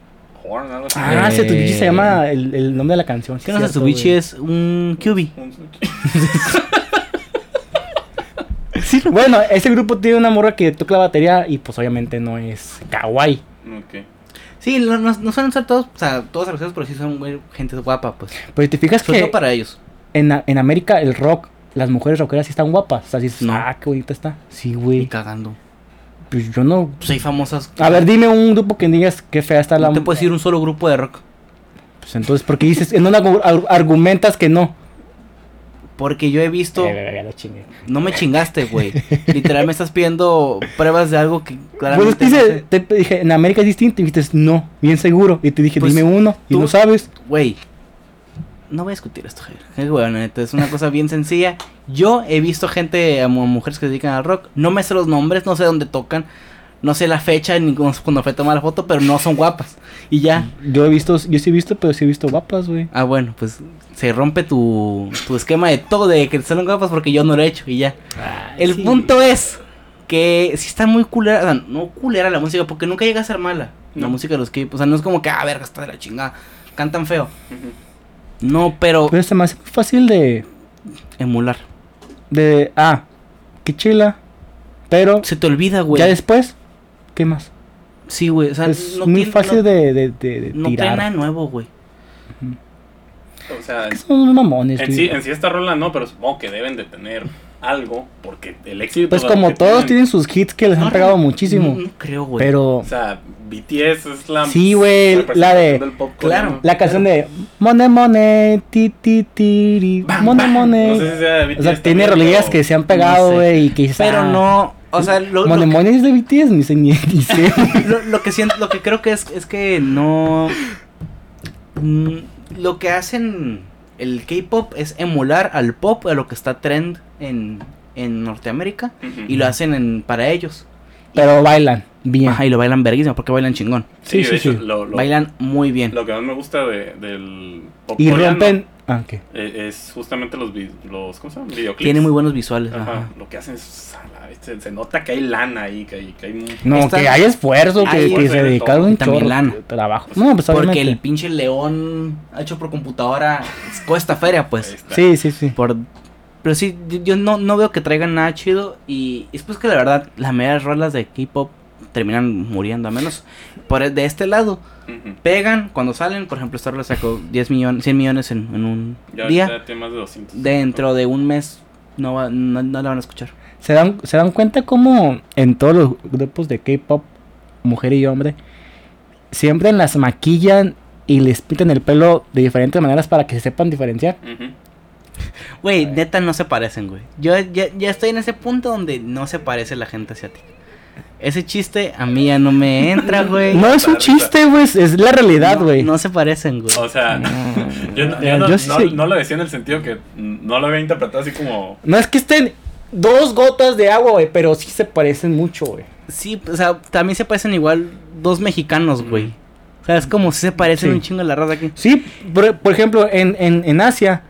Speaker 3: Horn, algo así.
Speaker 2: Ah,
Speaker 1: Eh.
Speaker 2: Setsubichi se llama el, el nombre de la canción.
Speaker 1: ¿Qué no sé,
Speaker 2: cierto,
Speaker 1: Tsubichi
Speaker 2: güey.
Speaker 1: es un QB.
Speaker 2: Sí, bueno, ese grupo tiene una morra que toca la batería y pues obviamente no es kawaii.
Speaker 3: Ok.
Speaker 1: Sí, no, no, no suelen ser todos, o sea, todos artistas, pero sí son güey, gente guapa, pues.
Speaker 2: Pero te fijas
Speaker 1: Sobre
Speaker 2: que
Speaker 1: todo para ellos.
Speaker 2: en, en América el rock, las mujeres rockeras sí están guapas. O sea, dices,
Speaker 1: No.
Speaker 2: ah, qué bonita está. Sí,
Speaker 1: Y
Speaker 2: güey.
Speaker 1: cagando.
Speaker 2: Pues yo no...
Speaker 1: Pues hay famosas.
Speaker 2: A ver, dime un grupo que digas qué fea está la...
Speaker 1: no te puedes ir un solo grupo de rock.
Speaker 2: Pues entonces, ¿por qué dices? En una argu- ar- argumentas que no.
Speaker 1: Porque yo he visto.
Speaker 2: Eh, ya lo chingué.
Speaker 1: No me chingaste,
Speaker 2: [laughs]
Speaker 1: güey. Literal me estás pidiendo pruebas de algo que
Speaker 2: Pues es
Speaker 1: claramente
Speaker 2: que
Speaker 1: no
Speaker 2: dice-
Speaker 1: sé.
Speaker 2: te te dije, en América es distinto. Y dijiste, no, bien seguro. Y te dije,
Speaker 1: Pues,
Speaker 2: dime uno. Y
Speaker 1: tú-
Speaker 2: no sabes.
Speaker 1: Güey, no voy a discutir esto, Javier. Qué hueva, la neta, es una cosa bien sencilla. Yo he visto gente, a mu- mujeres que se dedican al rock. No me sé los nombres, no sé dónde tocan. No sé la fecha, ni cómo- cuando fue tomar la foto, pero no son guapas. Y ya.
Speaker 2: Yo he visto, yo sí he visto, pero sí he visto guapas, güey.
Speaker 1: Ah, bueno, pues se rompe tu, tu esquema de todo, de que salen guapas porque yo no lo he hecho y ya. El punto es que si está muy culera, o sea, no culera la música, porque nunca llega a ser mala. La
Speaker 3: No.
Speaker 1: música de los k o sea, no es como que, ah, verga, está de la chingada, cantan feo.
Speaker 3: Ujú.
Speaker 1: No, pero
Speaker 2: Pero se me hace muy fácil de.
Speaker 1: emular.
Speaker 2: de ah, qué chila. Pero
Speaker 1: Se te olvida, güey.
Speaker 2: ya después, ¿qué más?
Speaker 1: Sí, güey, o sea,
Speaker 2: es
Speaker 1: no
Speaker 2: muy
Speaker 1: tiene-
Speaker 2: fácil
Speaker 1: no-
Speaker 2: de, de, de- de
Speaker 1: No trae
Speaker 2: tirar.
Speaker 1: nada nuevo, güey.
Speaker 3: O sea,
Speaker 2: Que son unos mamones,
Speaker 3: En
Speaker 2: güey.
Speaker 3: sí, en sí esta rola no, pero supongo que deben de tener algo, porque el éxito...
Speaker 2: Pues
Speaker 3: de
Speaker 2: como
Speaker 3: que
Speaker 2: todos tienen sus hits que les
Speaker 1: No,
Speaker 2: han
Speaker 1: no,
Speaker 2: pegado muchísimo.
Speaker 1: No, no creo, güey.
Speaker 2: Pero
Speaker 3: O sea, BTS es la...
Speaker 2: Sí, güey, la de-
Speaker 3: representación del pop
Speaker 1: Claro.
Speaker 3: coreano.
Speaker 2: la canción de Mone Mone, ti ti ti,
Speaker 3: Bam,
Speaker 2: Mone
Speaker 3: bam.
Speaker 2: Mone.
Speaker 3: No sé si sea de BTS
Speaker 2: O sea, tiene
Speaker 3: también,
Speaker 2: rolillas
Speaker 3: pero-
Speaker 2: que se han
Speaker 1: no sé.
Speaker 2: pegado, güey, y que dices,
Speaker 1: Pero
Speaker 2: ah,
Speaker 1: no, o sea, lo, lo, que,
Speaker 2: Mone Mone es de BTS, ni
Speaker 1: [laughs]
Speaker 2: sé, ni, ni sé.
Speaker 1: lo- lo que siento, lo que creo que es, es que no. Mm, lo que hacen el K-pop es emular al pop, a lo que está trend en, en Norteamérica.
Speaker 3: Ujú.
Speaker 1: y lo hacen en- para ellos.
Speaker 2: Pero bailan bien.
Speaker 1: Ajá, y lo bailan verguísima porque bailan chingón.
Speaker 3: Sí,
Speaker 2: sí,
Speaker 3: de
Speaker 2: sí,
Speaker 3: hecho,
Speaker 2: sí.
Speaker 3: Lo, lo-
Speaker 1: Bailan muy bien.
Speaker 3: lo que más me gusta de- del pop
Speaker 2: Y
Speaker 3: coreano
Speaker 2: rompen Ah, ok.
Speaker 3: Eh, es justamente los, vi- los ¿cómo se llaman? videoclips.
Speaker 1: Tiene muy buenos visuales.
Speaker 3: Ajá,
Speaker 1: ajá.
Speaker 3: Lo que hacen es. a la vez, Se, se nota que hay lana ahí, que hay. Que hay un-
Speaker 2: No,
Speaker 1: Está-
Speaker 2: que hay esfuerzo, que,
Speaker 1: Hay
Speaker 2: que
Speaker 3: esfuerzo
Speaker 2: se
Speaker 3: de
Speaker 2: dedicaron
Speaker 3: todo.
Speaker 2: un
Speaker 1: Y también
Speaker 2: chorro
Speaker 1: lana.
Speaker 2: de trabajo. No, pues
Speaker 1: Porque
Speaker 2: obviamente.
Speaker 1: el pinche león hecho por computadora cuesta feria,
Speaker 3: ahí
Speaker 1: pues.
Speaker 3: está.
Speaker 2: Sí, sí, sí.
Speaker 1: Por... Pero sí, yo- yo no, no veo que traigan nada chido. Y es pues que la verdad, las medias rolas de K-pop terminan muriendo, a menos por el- de este lado.
Speaker 3: Ujú.
Speaker 1: Pegan cuando salen, por ejemplo, Star Wars sacó 10 millones, 100 millones en, en un
Speaker 3: Ya
Speaker 1: día.
Speaker 3: ahorita tiene más de 200.
Speaker 1: Dentro de un mes no, va- no, no la van a escuchar.
Speaker 2: ¿Se dan, ¿Se dan cuenta cómo en todos los grupos de K-pop, mujer y hombre, siempre las maquillan y les pintan el pelo de diferentes maneras para que se sepan diferenciar?
Speaker 3: Ujú.
Speaker 1: Güey, neta no se parecen, güey. Yo ya, ya estoy en ese punto donde no se parece la gente asiática. Ese chiste a mí ya no me
Speaker 2: [laughs]
Speaker 1: entra, güey.
Speaker 2: No es un
Speaker 3: Está rica.
Speaker 2: chiste, güey, es- es la realidad,
Speaker 1: No-
Speaker 2: güey.
Speaker 1: No, se parecen, güey.
Speaker 3: O sea,
Speaker 2: Mm.
Speaker 3: yo, no- yo
Speaker 2: Eh,
Speaker 3: no,
Speaker 2: yo sí
Speaker 3: no-
Speaker 2: sé-
Speaker 3: no lo decía en el sentido que no lo había interpretado así como.
Speaker 2: No es que estén dos gotas de agua, güey, pero sí se parecen mucho, güey.
Speaker 1: Sí, o sea, también se parecen igual dos mexicanos, güey. O sea, es como si se parecen
Speaker 2: Sí.
Speaker 1: un chingo a la raza aquí.
Speaker 2: Sí, por, por ejemplo, en, en, en Asia,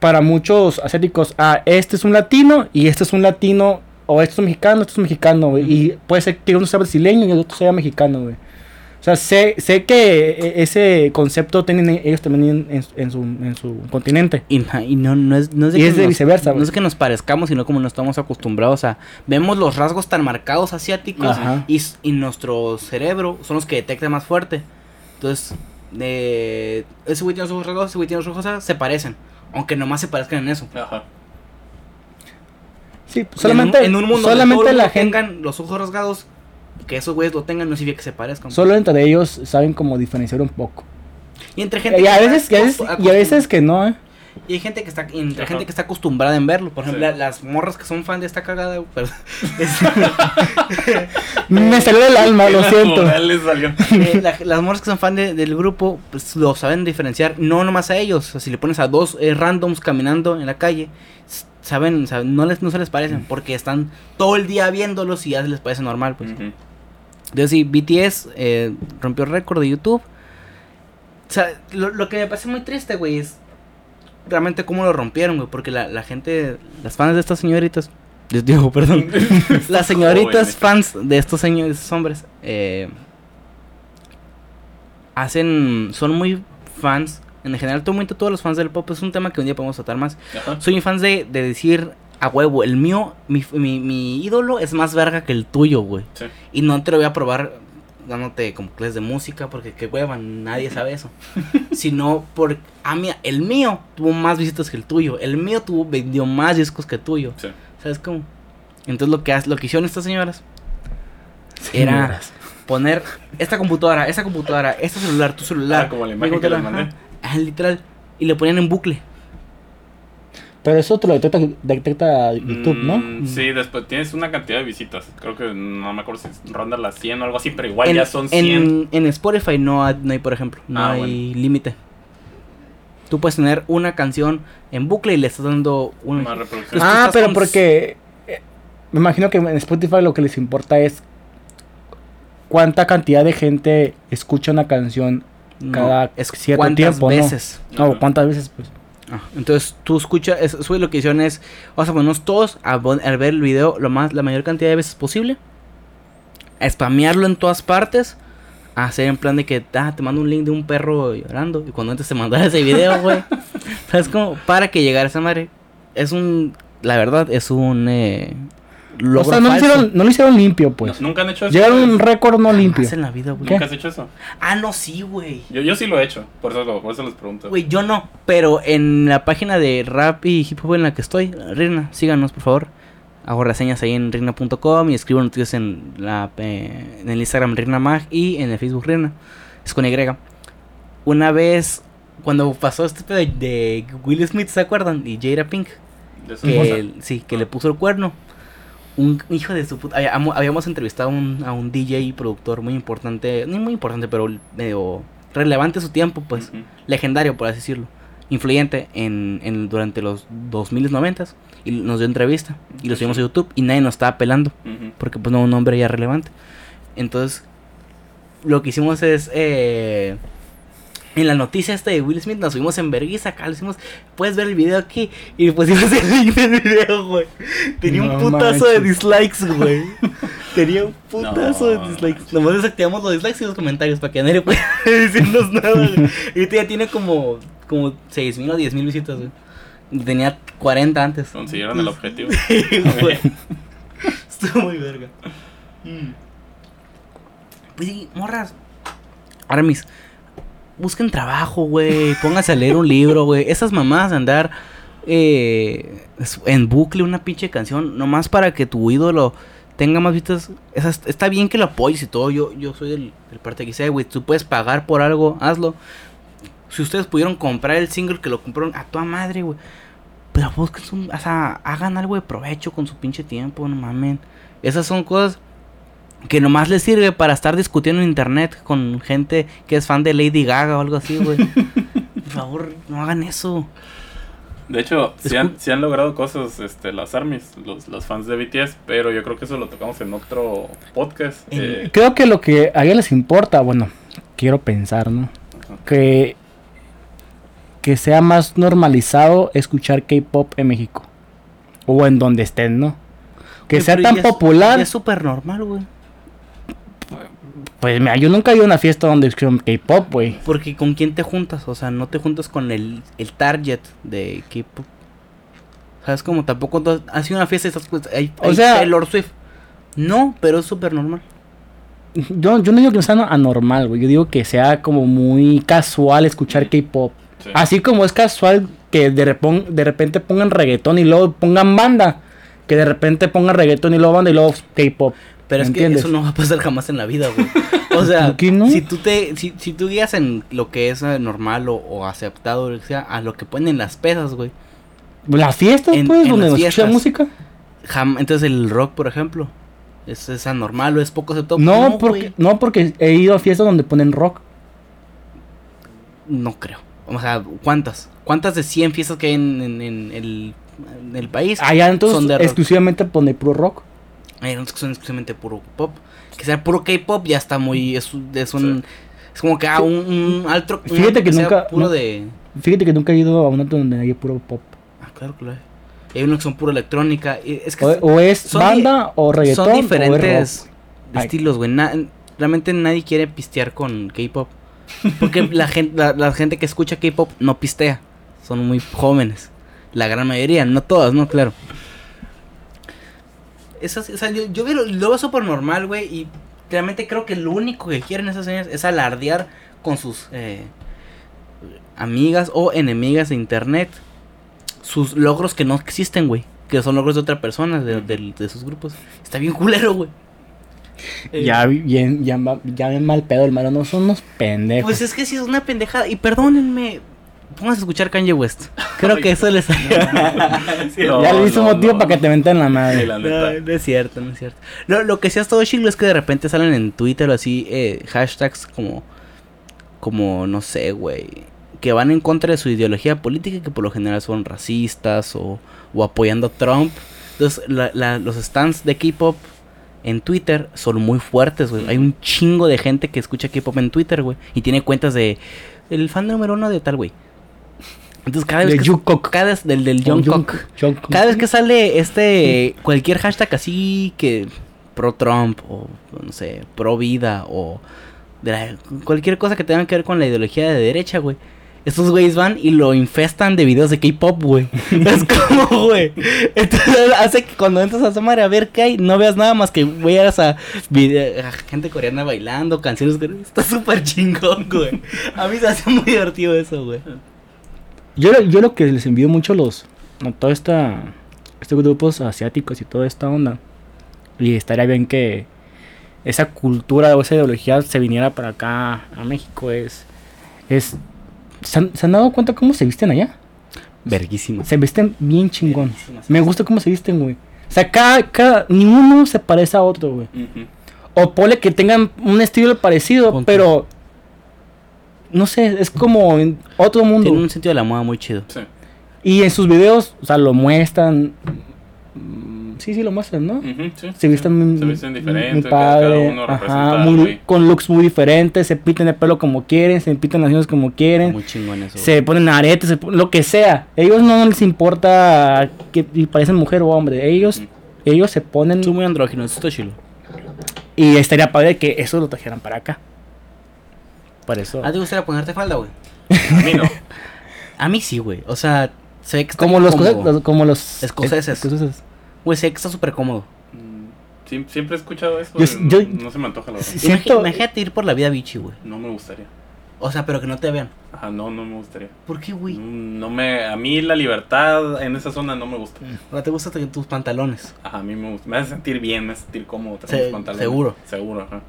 Speaker 2: para muchos asiáticos, ah, este es un latino y este es un latino, o este es un mexicano, este es un mexicano, güey. Y puede ser que uno sea brasileño y el otro sea mexicano, güey. O sea, sé, sé que eh, ese concepto tienen e, ellos también en, en- en su, en su continente.
Speaker 1: Y, na- y no, no es, no es de,
Speaker 2: Y
Speaker 1: que
Speaker 2: es de
Speaker 1: nos-
Speaker 2: viceversa,
Speaker 1: No
Speaker 2: güey.
Speaker 1: es que nos parezcamos, sino como no estamos acostumbrados a. Vemos los rasgos tan marcados asiáticos
Speaker 2: Ajá.
Speaker 1: y, s- y nuestro cerebro son los que detecta más fuerte. Entonces, eh, ese güey tiene sus rasgos, ese güey tiene sus cosas, se parecen. Aunque nomás se parezcan en eso.
Speaker 3: Ajá.
Speaker 2: Sí, solamente,
Speaker 1: pues, en un, en un mundo donde todo
Speaker 2: solamente
Speaker 1: el
Speaker 2: la
Speaker 1: mundo
Speaker 2: gente,
Speaker 1: tengan los ojos rasgados, que esos güeyes lo tengan, no significa que se parezcan. pues.
Speaker 2: solo entre ellos saben cómo diferenciar un poco.
Speaker 1: Y entre gente
Speaker 2: Y a
Speaker 1: que
Speaker 2: veces,
Speaker 1: está
Speaker 2: y a veces, y a
Speaker 1: acostum-
Speaker 2: veces que no, ¿eh?
Speaker 1: Y hay gente que está, y entre
Speaker 3: Ajá.
Speaker 1: gente que está acostumbrada en verlo. Por ejemplo,
Speaker 3: Sí.
Speaker 1: la- las morras que son fan de esta cagada, güey,
Speaker 2: [laughs]
Speaker 1: pero-
Speaker 2: Me salió del
Speaker 1: [laughs]
Speaker 2: alma, lo siento.
Speaker 3: Natural le salió.
Speaker 1: Eh, la- las morras que son fan de- del grupo pues, lo saben diferenciar, no nomás a ellos. o sea, si le pones a dos eh, randoms caminando en la calle, s- saben, saben- no, les, no se les
Speaker 3: Mm.
Speaker 1: parecen porque están todo el día viéndolos y ya se les parece normal. Pues.
Speaker 3: Ujú.
Speaker 1: Entonces, sí, BTS eh, rompió récord de YouTube. O sea, lo, lo que me parece muy triste, güey, es realmente cómo lo rompieron, güey, porque la, la gente, las fans de estas señoritas, les digo, [laughs] perdón,
Speaker 3: [laughs]
Speaker 1: las señoritas
Speaker 3: Jóvenes.
Speaker 1: fans de estos señores, estos hombres, eh, hacen, son muy fans, en general, todo momento, todos los fans del pop es un tema que un día podemos tratar más.
Speaker 3: Ajá.
Speaker 1: Soy un fan de, de decir a huevo, el mío, mi, mi, mi ídolo es más verga que el tuyo, güey.
Speaker 3: Sí.
Speaker 1: Y no te lo voy a probar dándote como clases de música, porque qué hueva, nadie sabe
Speaker 3: [laughs]
Speaker 1: eso. Sino por a mí, el mío tuvo más visitas que el tuyo, el mío tuvo, vendió más discos que el tuyo.
Speaker 3: Sí.
Speaker 1: ¿Sabes cómo? Entonces lo que, ha- lo que hicieron estas señoras era poner esta computadora, esta computadora, este celular, tu celular.
Speaker 3: Ah, como la imagen que les
Speaker 1: computadora,
Speaker 3: mandé.
Speaker 1: ajá, ajá, literal. Y le ponían en bucle.
Speaker 2: Pero eso te lo detecta, detecta YouTube, ¿no?
Speaker 3: Mm, Sí, después tienes una cantidad de visitas. Creo que no me acuerdo si ronda las 100 o algo así, pero igual
Speaker 1: en,
Speaker 3: ya son 100.
Speaker 1: en, en Spotify no, ha- no hay, por ejemplo, no
Speaker 3: Ah,
Speaker 1: hay límite. Tú puedes tener una canción en bucle y le estás dando un...
Speaker 3: Más reproducciones.
Speaker 2: Ah,
Speaker 1: estás
Speaker 2: pero
Speaker 1: con-
Speaker 2: porque eh, me imagino que en Spotify lo que les importa es cuánta cantidad de gente escucha una canción
Speaker 1: no,
Speaker 2: cada cierto
Speaker 1: cuántas
Speaker 2: tiempo, ¿no?
Speaker 1: veces.
Speaker 2: o
Speaker 3: Ajá.
Speaker 2: cuántas veces. Pues?
Speaker 1: Ah, entonces tú escuchas, es, eso es lo que hicieron es, vamos a ponernos todos a, pon- a ver el video lo más, la mayor cantidad de veces posible, a spamearlo en todas partes, a hacer en plan de que ah, te mando un link de un perro llorando y cuando antes te mandara ese video,
Speaker 2: [laughs]
Speaker 1: güey, ¿sabes cómo? Para que llegara esa madre. Es un, la verdad, es un eh,
Speaker 2: O
Speaker 1: logro
Speaker 2: sea, no lo,
Speaker 1: falso.
Speaker 2: hicieron, no lo hicieron limpio, pues.
Speaker 3: Ah, No, Nunca han hecho eso.
Speaker 2: Llegaron a un
Speaker 3: ustedes?
Speaker 2: récord no limpio.
Speaker 1: Jamás en la vida, güey.
Speaker 3: Nunca has hecho eso.
Speaker 1: Ah, no, sí, güey.
Speaker 3: Yo, yo sí lo he hecho, por eso, lo- por eso les pregunto.
Speaker 1: Güey, yo no, pero en la página de rap y hip hop en la que estoy, Reina, síganos por favor. Hago reseñas ahí en reina.com y escribo noticias en, la, eh, en el Instagram ReinaMag y en el Facebook Reina. Es con Y. Una vez, cuando pasó este pedo de Will Smith, ¿se acuerdan? Y Jada Pink,
Speaker 3: De esas
Speaker 1: que,
Speaker 3: cosas.
Speaker 1: el- sí, que le puso el cuerno. Un hijo de su puta. había- amo- Habíamos entrevistado a un, a un DJ y productor muy importante, no muy importante, pero medio relevante a su tiempo, pues
Speaker 3: Ujú.
Speaker 1: legendario, por así decirlo, influyente en, en- durante los 2090 y nos dio entrevista y lo subimos a YouTube y nadie nos estaba pelando
Speaker 3: Ujú.
Speaker 1: porque pues no un nombre ya relevante. Entonces, lo que hicimos es eh, En la noticia esta de Will Smith nos subimos en vergüenza acá, lo hicimos, puedes ver el video aquí y pusimos [laughs] el link del video, güey. Tenía un
Speaker 2: No
Speaker 1: putazo de
Speaker 2: manches.
Speaker 1: dislikes,
Speaker 2: [laughs]
Speaker 1: güey. Tenía un putazo
Speaker 3: No
Speaker 1: de dislikes. Nomás desactivamos los dislikes y los comentarios para que nadie [laughs] pueda decirnos
Speaker 2: [laughs]
Speaker 1: nada, güey. Ahorita ya tiene como, como 6 mil o 10 mil visitas, güey. Tenía 40 antes.
Speaker 3: Consiguieron
Speaker 1: pues,
Speaker 3: el objetivo.
Speaker 1: Güey. [laughs] Estuvo muy verga. Mm. Pues sí, morras. Armis, busquen trabajo, güey. Pónganse a leer un libro, güey. Esas mamás de andar eh, es- en bucle una pinche canción, nomás para que tu ídolo tenga más vistas. Esas, está bien que lo apoyes y todo. Yo, yo soy del, del parte que dice, "Eh, güey, tú puedes pagar por algo, hazlo. Si ustedes pudieron comprar el single que lo compraron a toda madre, güey. Pero busquen un, o sea, hagan algo de provecho con su pinche tiempo, no mamen. Esas son cosas que nomás les sirve para estar discutiendo en internet con gente que es fan de Lady Gaga o algo así,
Speaker 2: [laughs]
Speaker 1: güey. Por favor, no hagan eso.
Speaker 3: De hecho, sí han,
Speaker 1: Escu-
Speaker 3: sí han logrado cosas este, las ARMYs, los, los fans de BTS, pero yo creo que eso lo tocamos en otro podcast.
Speaker 1: En-
Speaker 3: eh,
Speaker 2: Creo que lo que a ellos les importa, bueno, quiero pensar, ¿no?
Speaker 3: Ajá.
Speaker 2: Que, que sea más normalizado escuchar K-pop en México. O en donde estén, ¿no? Que
Speaker 1: Güey,
Speaker 2: sea
Speaker 1: pero
Speaker 2: tan
Speaker 1: ya es-
Speaker 2: popular.
Speaker 1: ya Es súper normal, güey.
Speaker 2: Pues mira, yo nunca he ido a una fiesta donde escucharon K-pop, güey.
Speaker 1: Porque con quién te juntas, o sea, no te juntas con el, el target de equipo. ¿Sabes como Tampoco tú has sido una fiesta y estás pues, hay,
Speaker 2: O
Speaker 1: hay
Speaker 2: sea-
Speaker 1: Taylor Swift. No, pero es súper normal.
Speaker 2: Yo, yo no digo que no sea anormal, güey. Yo digo que sea como muy casual escuchar K-pop.
Speaker 3: sí. [laughs]
Speaker 2: Así como es casual que de, repon- de repente pongan reggaetón y luego pongan banda. Que de repente pongan reggaetón y luego banda y luego K-pop.
Speaker 1: Pero es
Speaker 2: ¿Me entiendes?
Speaker 1: que eso no va a pasar jamás en la vida, güey.
Speaker 2: [laughs]
Speaker 1: O sea,
Speaker 2: ¿Por qué no?
Speaker 1: si tú te si, si tú guías en lo que es eh, normal o, o aceptado, lo que sea, a lo que ponen en las pesas, güey.
Speaker 2: Las fiestas,
Speaker 1: En-
Speaker 2: pues,
Speaker 1: en
Speaker 2: donde
Speaker 1: las
Speaker 2: nos escucha
Speaker 1: fiestas.
Speaker 2: música.
Speaker 1: Jam- entonces el rock, por ejemplo, es, es anormal o es poco aceptado.
Speaker 2: No,
Speaker 1: güey,
Speaker 2: porque, no, porque he ido a fiestas donde ponen rock.
Speaker 1: No creo. O sea, ¿cuántas? ¿Cuántas de 100 fiestas que hay en, en- en el, en el país?
Speaker 2: Allá
Speaker 1: son de
Speaker 2: entonces
Speaker 1: rock.
Speaker 2: exclusivamente pone puro rock.
Speaker 1: Hay unos que son exclusivamente puro pop. Que sea puro K-pop ya está muy. Es, un- es un. Es como que ah, un, un altro. un
Speaker 2: Fíjate
Speaker 1: altro
Speaker 2: que
Speaker 1: sea
Speaker 2: nunca-
Speaker 1: Puro
Speaker 2: nu-
Speaker 1: de.
Speaker 2: Fíjate que nunca he ido a un acto donde hay puro pop.
Speaker 1: Ah, claro que lo hay. Y hay unos que son puro electrónica. y Es que
Speaker 2: O, o es
Speaker 1: son di-
Speaker 2: banda o reggaetón.
Speaker 1: son
Speaker 2: o es
Speaker 1: diferentes
Speaker 2: rock. Ay.
Speaker 1: estilos, güey. Na- realmente nadie quiere pistear con K-pop.
Speaker 2: [laughs]
Speaker 1: Porque la gente, la, la gente que escucha K-pop no pistea. Son muy jóvenes. La gran mayoría, no todas, no, claro. Esas, o sea, yo, yo veo- lo veo súper normal, güey. Y realmente creo que lo único que quieren esas señas es alardear con sus eh, amigas o enemigas de internet sus logros que no existen, güey. Que son logros de otra persona, de, del- de sus grupos. Está bien culero, güey. Eh,
Speaker 2: Ya, bien, ya, ma- ya bien mal pedo, hermano. No son unos pendejos.
Speaker 1: Pues es que sí es una pendejada. Y perdónenme, pónganse a escuchar Kanye West. Creo que eso les
Speaker 3: No,
Speaker 2: ya le hice
Speaker 3: no,
Speaker 2: motivo
Speaker 3: no,
Speaker 2: para que te menten la
Speaker 3: Sí,
Speaker 2: madre.
Speaker 3: la
Speaker 1: No,
Speaker 3: neta.
Speaker 1: no es cierto, no es cierto. Lo, lo que sí ha estado chido es que de repente salen en Twitter o así eh, hashtags como, como, no sé, güey, que van en contra de su ideología política, que por lo general son racistas o, o apoyando a Trump. Entonces, la- la- los stands de K-pop en Twitter son muy fuertes, güey. Hay un chingo de gente que escucha K-pop en Twitter, güey, y tiene cuentas de el fan número uno de tal, güey. Entonces, cada vez
Speaker 2: De
Speaker 1: que-
Speaker 2: Jungkook.
Speaker 1: cada- del, del
Speaker 2: Con
Speaker 1: Jungkook.
Speaker 2: Jung- Jungkook.
Speaker 1: Cada vez que sale este cualquier hashtag así que pro Trump o no sé, pro vida o de la- cualquier cosa que tenga que ver con la ideología de derecha, güey. Estos güeyes van y lo infestan de videos de K-pop, güey. [laughs] Es como, güey. Entonces hace que cuando entras a Samar a ver qué hay, no veas nada más que veas a, vide- a gente coreana bailando, canciones. que- Está súper chingón, güey. A mí se hace muy divertido eso, güey.
Speaker 2: Yo, lo- yo lo que les envío mucho a los. A todos esta, estos grupos asiáticos y toda esta onda. Y estaría bien que esa cultura o esa ideología se viniera para acá, a México. Es. es ¿se, han, se han dado cuenta cómo se visten allá?
Speaker 1: Verguísimo.
Speaker 2: Se visten bien chingón. Me gusta cómo se visten, güey. O sea, cada, cada, ni uno se parece a otro, güey.
Speaker 3: Ujú.
Speaker 2: O pole que tengan un estilo parecido,
Speaker 1: Punto.
Speaker 2: pero. No sé, es como en otro mundo.
Speaker 1: Tiene un sentido de la moda muy chido.
Speaker 3: Sí.
Speaker 2: Y en sus videos, o sea, lo muestran. Mm, Sí, sí, lo muestran, ¿no?
Speaker 3: Ujú, sí,
Speaker 2: Se visten muy,
Speaker 3: se visten
Speaker 2: muy-
Speaker 3: diferente,
Speaker 2: muy
Speaker 3: cada-
Speaker 2: padre,
Speaker 3: cada uno
Speaker 2: ajá,
Speaker 3: representa
Speaker 2: muy-
Speaker 3: algo ahí.
Speaker 2: con looks muy diferentes, se pintan el pelo como quieren, se pintan las uñas como quieren,
Speaker 1: Muy chingón eso.
Speaker 2: se ponen aretes, se pon- lo que sea. Ellos no les importa que y parecen mujer o hombre, ellos
Speaker 3: Ujú.
Speaker 2: ellos se ponen
Speaker 1: Son muy andróginos, esto es chilo.
Speaker 2: y estaría padre que eso lo trajeran para acá. Por eso.
Speaker 1: ¿Ah, te gustaría ponerte falda, güey?
Speaker 3: A mí no.
Speaker 1: A mí sí, güey. O sea, se ve que está
Speaker 2: Como
Speaker 1: bien
Speaker 2: los,
Speaker 1: cómodo.
Speaker 2: cose- los- como los
Speaker 1: Escoceses.
Speaker 2: escoceses.
Speaker 1: Güey, se ve que está súper cómodo.
Speaker 3: Mm, siem- Siempre he escuchado eso.
Speaker 2: Yo-
Speaker 3: y no-
Speaker 2: yo-
Speaker 3: no se me antoja la verdad.
Speaker 2: Sí.
Speaker 1: Imagi-
Speaker 2: Siento-
Speaker 1: Imagínate ir por la vida bichi, güey.
Speaker 3: No me gustaría.
Speaker 1: O sea, pero que no te vean.
Speaker 3: Ajá, no, no me gustaría.
Speaker 1: ¿Por qué, güey?
Speaker 3: Mm, No me, a mí la libertad en esa zona no me gusta.
Speaker 1: No te gustan tu- tus pantalones.
Speaker 3: Ajá, a mí me gusta. Me hace sentir bien, me hace sentir cómodo. traer
Speaker 1: Se-
Speaker 3: mis pantalones.
Speaker 1: seguro.
Speaker 3: Seguro, ajá.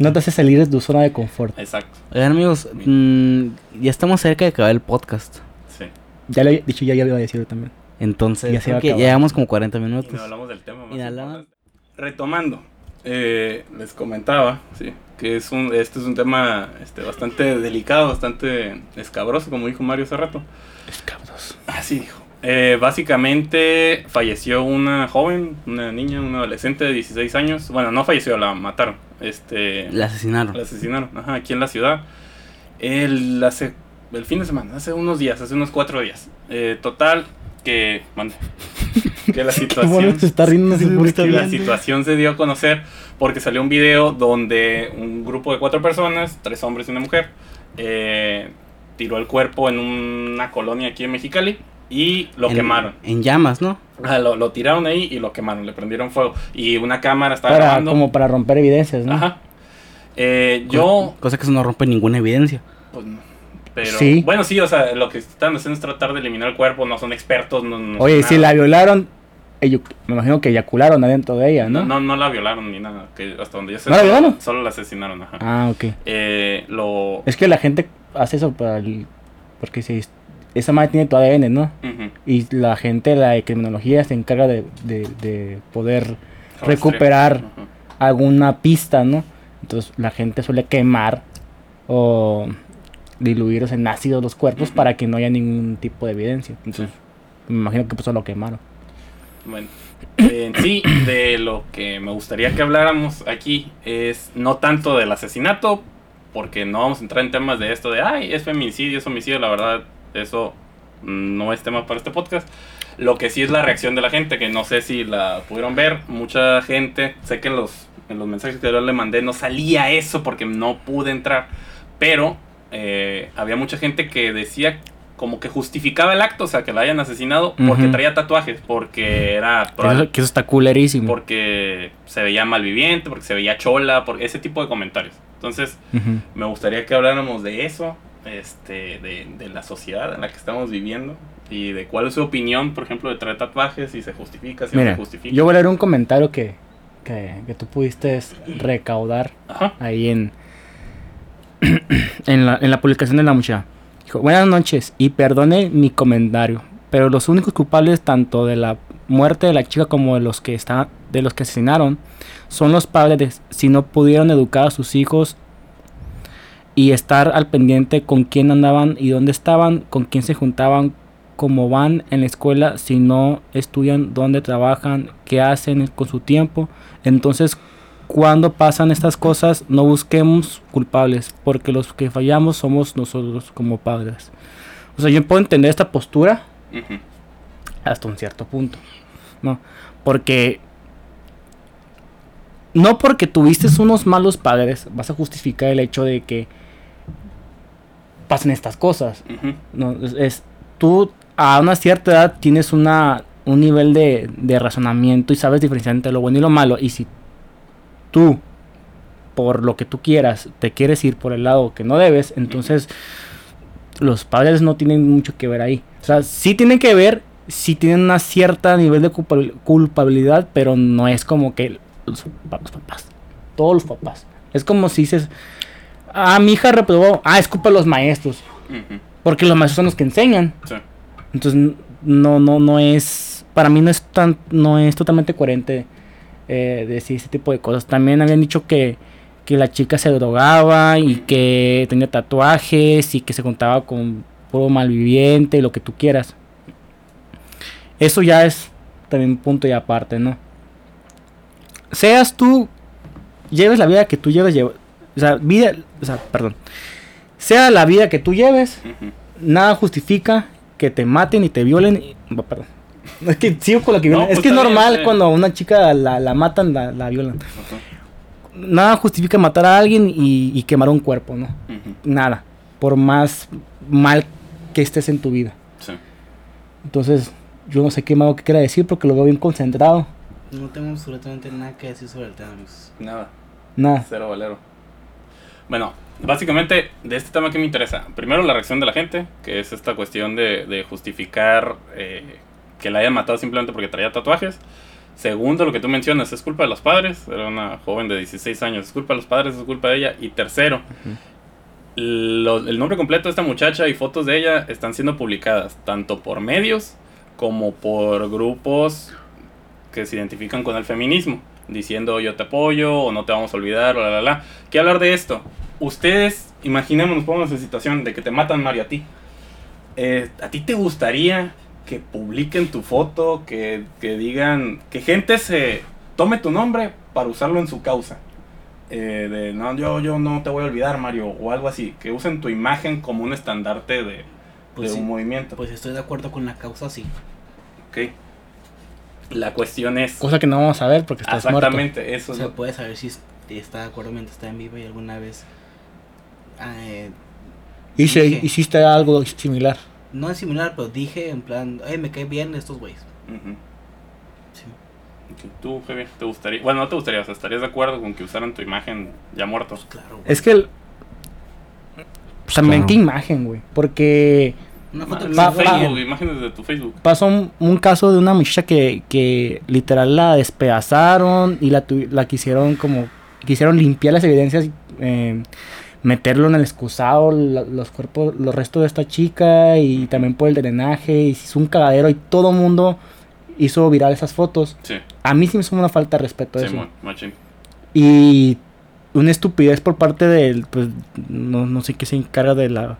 Speaker 2: No te hace salir de tu zona de confort.
Speaker 3: Exacto.
Speaker 1: Oigan, amigos, mm, ya estamos cerca de acabar el podcast.
Speaker 3: Sí.
Speaker 2: Ya lo he dicho, ya, ya lo había decidido también.
Speaker 1: Entonces,
Speaker 2: Ya se
Speaker 1: creo
Speaker 2: va a
Speaker 1: que
Speaker 2: acabar.
Speaker 1: llevamos como 40
Speaker 3: Y
Speaker 1: minutos.
Speaker 3: no hablamos del tema. más
Speaker 1: Y no hablamos.
Speaker 3: importante. Retomando, eh, les comentaba, sí, que es un, este es un tema este, bastante delicado, bastante escabroso, como dijo Mario hace rato.
Speaker 2: Escabros.
Speaker 3: Así dijo. Eh, básicamente falleció una joven, una niña, una adolescente de 16 años. Bueno, no falleció, la mataron. Este,
Speaker 1: La asesinaron.
Speaker 3: la asesinaron, ajá, aquí en la ciudad. El, hace, el fin de semana, hace unos días, hace unos cuatro días. Eh, total, que.
Speaker 2: [laughs]
Speaker 3: mande, que la
Speaker 2: Qué bueno,
Speaker 3: situación.
Speaker 2: se está riendo. no sé
Speaker 1: Sí, me
Speaker 2: por
Speaker 1: está
Speaker 2: qué.
Speaker 1: bien.
Speaker 3: La situación se dio a conocer porque salió un video donde un grupo de cuatro personas, tres hombres y una mujer, eh, tiró el cuerpo en una colonia aquí en Mexicali y lo
Speaker 1: En-
Speaker 3: quemaron.
Speaker 1: En llamas, ¿no?
Speaker 3: Ah, Lo, lo tiraron ahí y lo quemaron, le prendieron fuego. Y una cámara estaba
Speaker 2: Para,
Speaker 3: grabando.
Speaker 2: como para romper evidencias, ¿no?
Speaker 3: Ajá. Eh, yo
Speaker 1: Cosa que eso no rompe ninguna evidencia.
Speaker 3: Pues no. Pero,
Speaker 2: Sí.
Speaker 3: bueno, sí, o sea, lo que están haciendo es tratar de eliminar el cuerpo, no son expertos, no... no
Speaker 2: Oye,
Speaker 3: nada.
Speaker 2: si la violaron, ello- me imagino que eyacularon adentro de ella, ¿no?
Speaker 3: ¿no? No, no la violaron ni nada, que hasta donde yo sé.
Speaker 2: ¿No la
Speaker 3: solo-
Speaker 2: violaron?
Speaker 3: Solo la asesinaron, ajá.
Speaker 2: Ah, ok.
Speaker 3: Eh, lo...
Speaker 2: Es que la gente hace eso para el- porque si esa madre tiene tu ADN, ¿no?
Speaker 3: Ujú.
Speaker 2: Y la gente, la de criminología, se encarga de, de- de poder
Speaker 3: Rastrear.
Speaker 2: recuperar
Speaker 3: Ujú.
Speaker 2: alguna pista, ¿no? Entonces la gente suele quemar o diluirlos en ácidos los cuerpos
Speaker 3: Ujú.
Speaker 2: para que no haya ningún tipo de evidencia. Entonces, me imagino que pues lo quemaron.
Speaker 3: Bueno, eh, en sí, de lo que me gustaría que habláramos aquí es no tanto del asesinato, porque no vamos a entrar en temas de esto de, ay, es feminicidio, es homicidio, la verdad, eso mm, no es tema para este podcast. Lo que sí es la reacción de la gente, que no sé si la pudieron ver, mucha gente, sé que en los, en los mensajes que yo le mandé no salía eso porque no pude entrar, pero eh, había mucha gente que decía como que justificaba el acto, o sea, que la hayan asesinado porque
Speaker 2: Ujú.
Speaker 3: traía tatuajes, porque era
Speaker 2: Eso- que eso está culerísimo.
Speaker 3: porque se veía malviviente, porque se veía chola, por ese tipo de comentarios. Entonces,
Speaker 2: Ujú.
Speaker 3: me gustaría que habláramos de eso, este, de, de la sociedad en la que estamos viviendo y de cuál es su opinión, por ejemplo, de traer tatuajes, si se justifica, si no
Speaker 2: Mira,
Speaker 3: se justifica.
Speaker 2: yo voy a leer un comentario que, que, que tú
Speaker 3: [clears throat]
Speaker 2: pudiste recaudar
Speaker 3: Ajá.
Speaker 2: ahí en, [clears throat] en, la, en la publicación de la muchacha. Dijo, buenas noches y perdone mi comentario, pero los únicos culpables tanto de la muerte de la chica como de los que, está, de los que asesinaron son los padres de- si no pudieron educar a sus hijos y estar al pendiente con quién andaban y dónde estaban, con quién se juntaban, cómo van en la escuela, si no estudian, dónde trabajan, qué hacen con su tiempo. Entonces, cuando pasan estas cosas, no busquemos culpables, porque los que fallamos somos nosotros como padres. O sea, yo puedo entender esta postura
Speaker 3: Ujú.
Speaker 2: hasta un cierto punto, ¿no? Porque no porque tuviste unos malos padres vas a justificar el hecho de que pasen estas cosas.
Speaker 3: Ujú.
Speaker 2: No, es, es- tú a una cierta edad tienes una, un nivel de, de razonamiento y sabes diferenciar entre lo bueno y lo malo. Y si tú, por lo que tú quieras, te quieres ir por el lado que no debes, entonces los padres no tienen mucho que ver ahí. O sea, sí tienen que ver, sí tienen una cierta nivel de culpa- culpabilidad, pero no es como que los, pa- los papás, todos los papás. Es como si dices, ah, mi hija reprobó, ah, es culpa de los maestros.
Speaker 3: Ujú.
Speaker 2: Porque los maestros son los que enseñan.
Speaker 3: Sí.
Speaker 2: Entonces, n- no, no, no es. Para mí no es tan, no es totalmente coherente eh, decir ese tipo de cosas. También habían dicho que, que la chica se drogaba y que tenía tatuajes y que se contaba con puro malviviente y lo que tú quieras. Eso ya es también punto y aparte, ¿no? Seas tú, lleves la vida que tú lleves, lleva- o sea, vida, o sea, perdón. Sea la vida que tú lleves,
Speaker 3: Ujú.
Speaker 2: nada justifica que te maten y te violen. y- no, perdón. [laughs] Es que sigo con lo que
Speaker 3: No,
Speaker 2: violan.
Speaker 3: pues
Speaker 2: es que es
Speaker 3: está bien,
Speaker 2: normal
Speaker 3: sí.
Speaker 2: cuando a una chica la, la matan, la, la violan.
Speaker 3: Ajá.
Speaker 2: Nada justifica matar a alguien y, y quemar un cuerpo, ¿no?
Speaker 3: Ujú.
Speaker 2: Nada. Por más mal que estés en tu vida.
Speaker 3: Sí.
Speaker 2: Entonces, yo no sé qué más que quiera decir porque lo veo bien concentrado.
Speaker 1: No tengo absolutamente nada que decir sobre el tema, amigos.
Speaker 3: Nada.
Speaker 2: Nada.
Speaker 3: Cero valero. Bueno, básicamente de este tema que me interesa. Primero la reacción de la gente, que es esta cuestión de, de justificar eh, que la hayan matado simplemente porque traía tatuajes. Segundo, lo que tú mencionas, es culpa de los padres. Era una joven de 16 años, es culpa de los padres, es culpa de ella. Y tercero, lo- el nombre completo de esta muchacha y fotos de ella están siendo publicadas tanto por medios como por grupos que se identifican con el feminismo, diciendo yo te apoyo o no te vamos a olvidar, o la la la. Quiero hablar de esto. Ustedes, imaginémonos, pongamos en situación de que te matan Mario a ti. Eh, ¿A ti te gustaría que publiquen tu foto, que, que digan, que gente se tome tu nombre para usarlo en su causa? Eh, de no, yo, yo no te voy a olvidar, Mario, o algo así. Que usen tu imagen como un estandarte de,
Speaker 1: Pues
Speaker 3: de
Speaker 1: sí.
Speaker 3: un movimiento.
Speaker 1: Pues estoy de acuerdo con la causa, sí.
Speaker 3: Ok. La cuestión es.
Speaker 2: Cosa que no vamos a ver porque estás muerto.
Speaker 3: Exactamente, eso
Speaker 1: O
Speaker 3: es
Speaker 1: sea,
Speaker 3: lo-
Speaker 1: puedes saber si es- está de acuerdo mientras está en vivo y alguna vez. eh,
Speaker 2: Hice,
Speaker 1: Dije.
Speaker 2: hiciste algo similar.
Speaker 1: no es similar, pero dije en plan, "Ey, me cae bien estos güeyes.
Speaker 3: Ujú.
Speaker 1: Sí.
Speaker 3: Ok, Tú, Javier, ¿te gustaría? Bueno, no te gustaría, o sea, ¿estarías de acuerdo con que usaran tu imagen ya muertos?
Speaker 1: Pues Claro, güey.
Speaker 2: Es que el... pues, También
Speaker 1: Claro.
Speaker 2: qué imagen, güey. Porque
Speaker 1: Una
Speaker 3: Ah,
Speaker 1: foto
Speaker 3: en
Speaker 1: que se
Speaker 2: va-
Speaker 1: fue-
Speaker 2: va-
Speaker 3: Facebook, imágenes de tu Facebook.
Speaker 2: pasó un, un caso de una muchacha que, que literal la despedazaron y la, tu- la quisieron como... Quisieron limpiar las evidencias, eh, meterlo en el excusado, la- los cuerpos, los restos de esta chica y también por el drenaje. Y se hizo un cagadero y todo el mundo hizo viral esas fotos.
Speaker 3: Sí,
Speaker 2: A mí sí me suma una falta de respeto
Speaker 3: sí,
Speaker 2: eso.
Speaker 3: muy- machín.
Speaker 2: Y una estupidez por parte del, pues, no, no sé qué se encarga de la,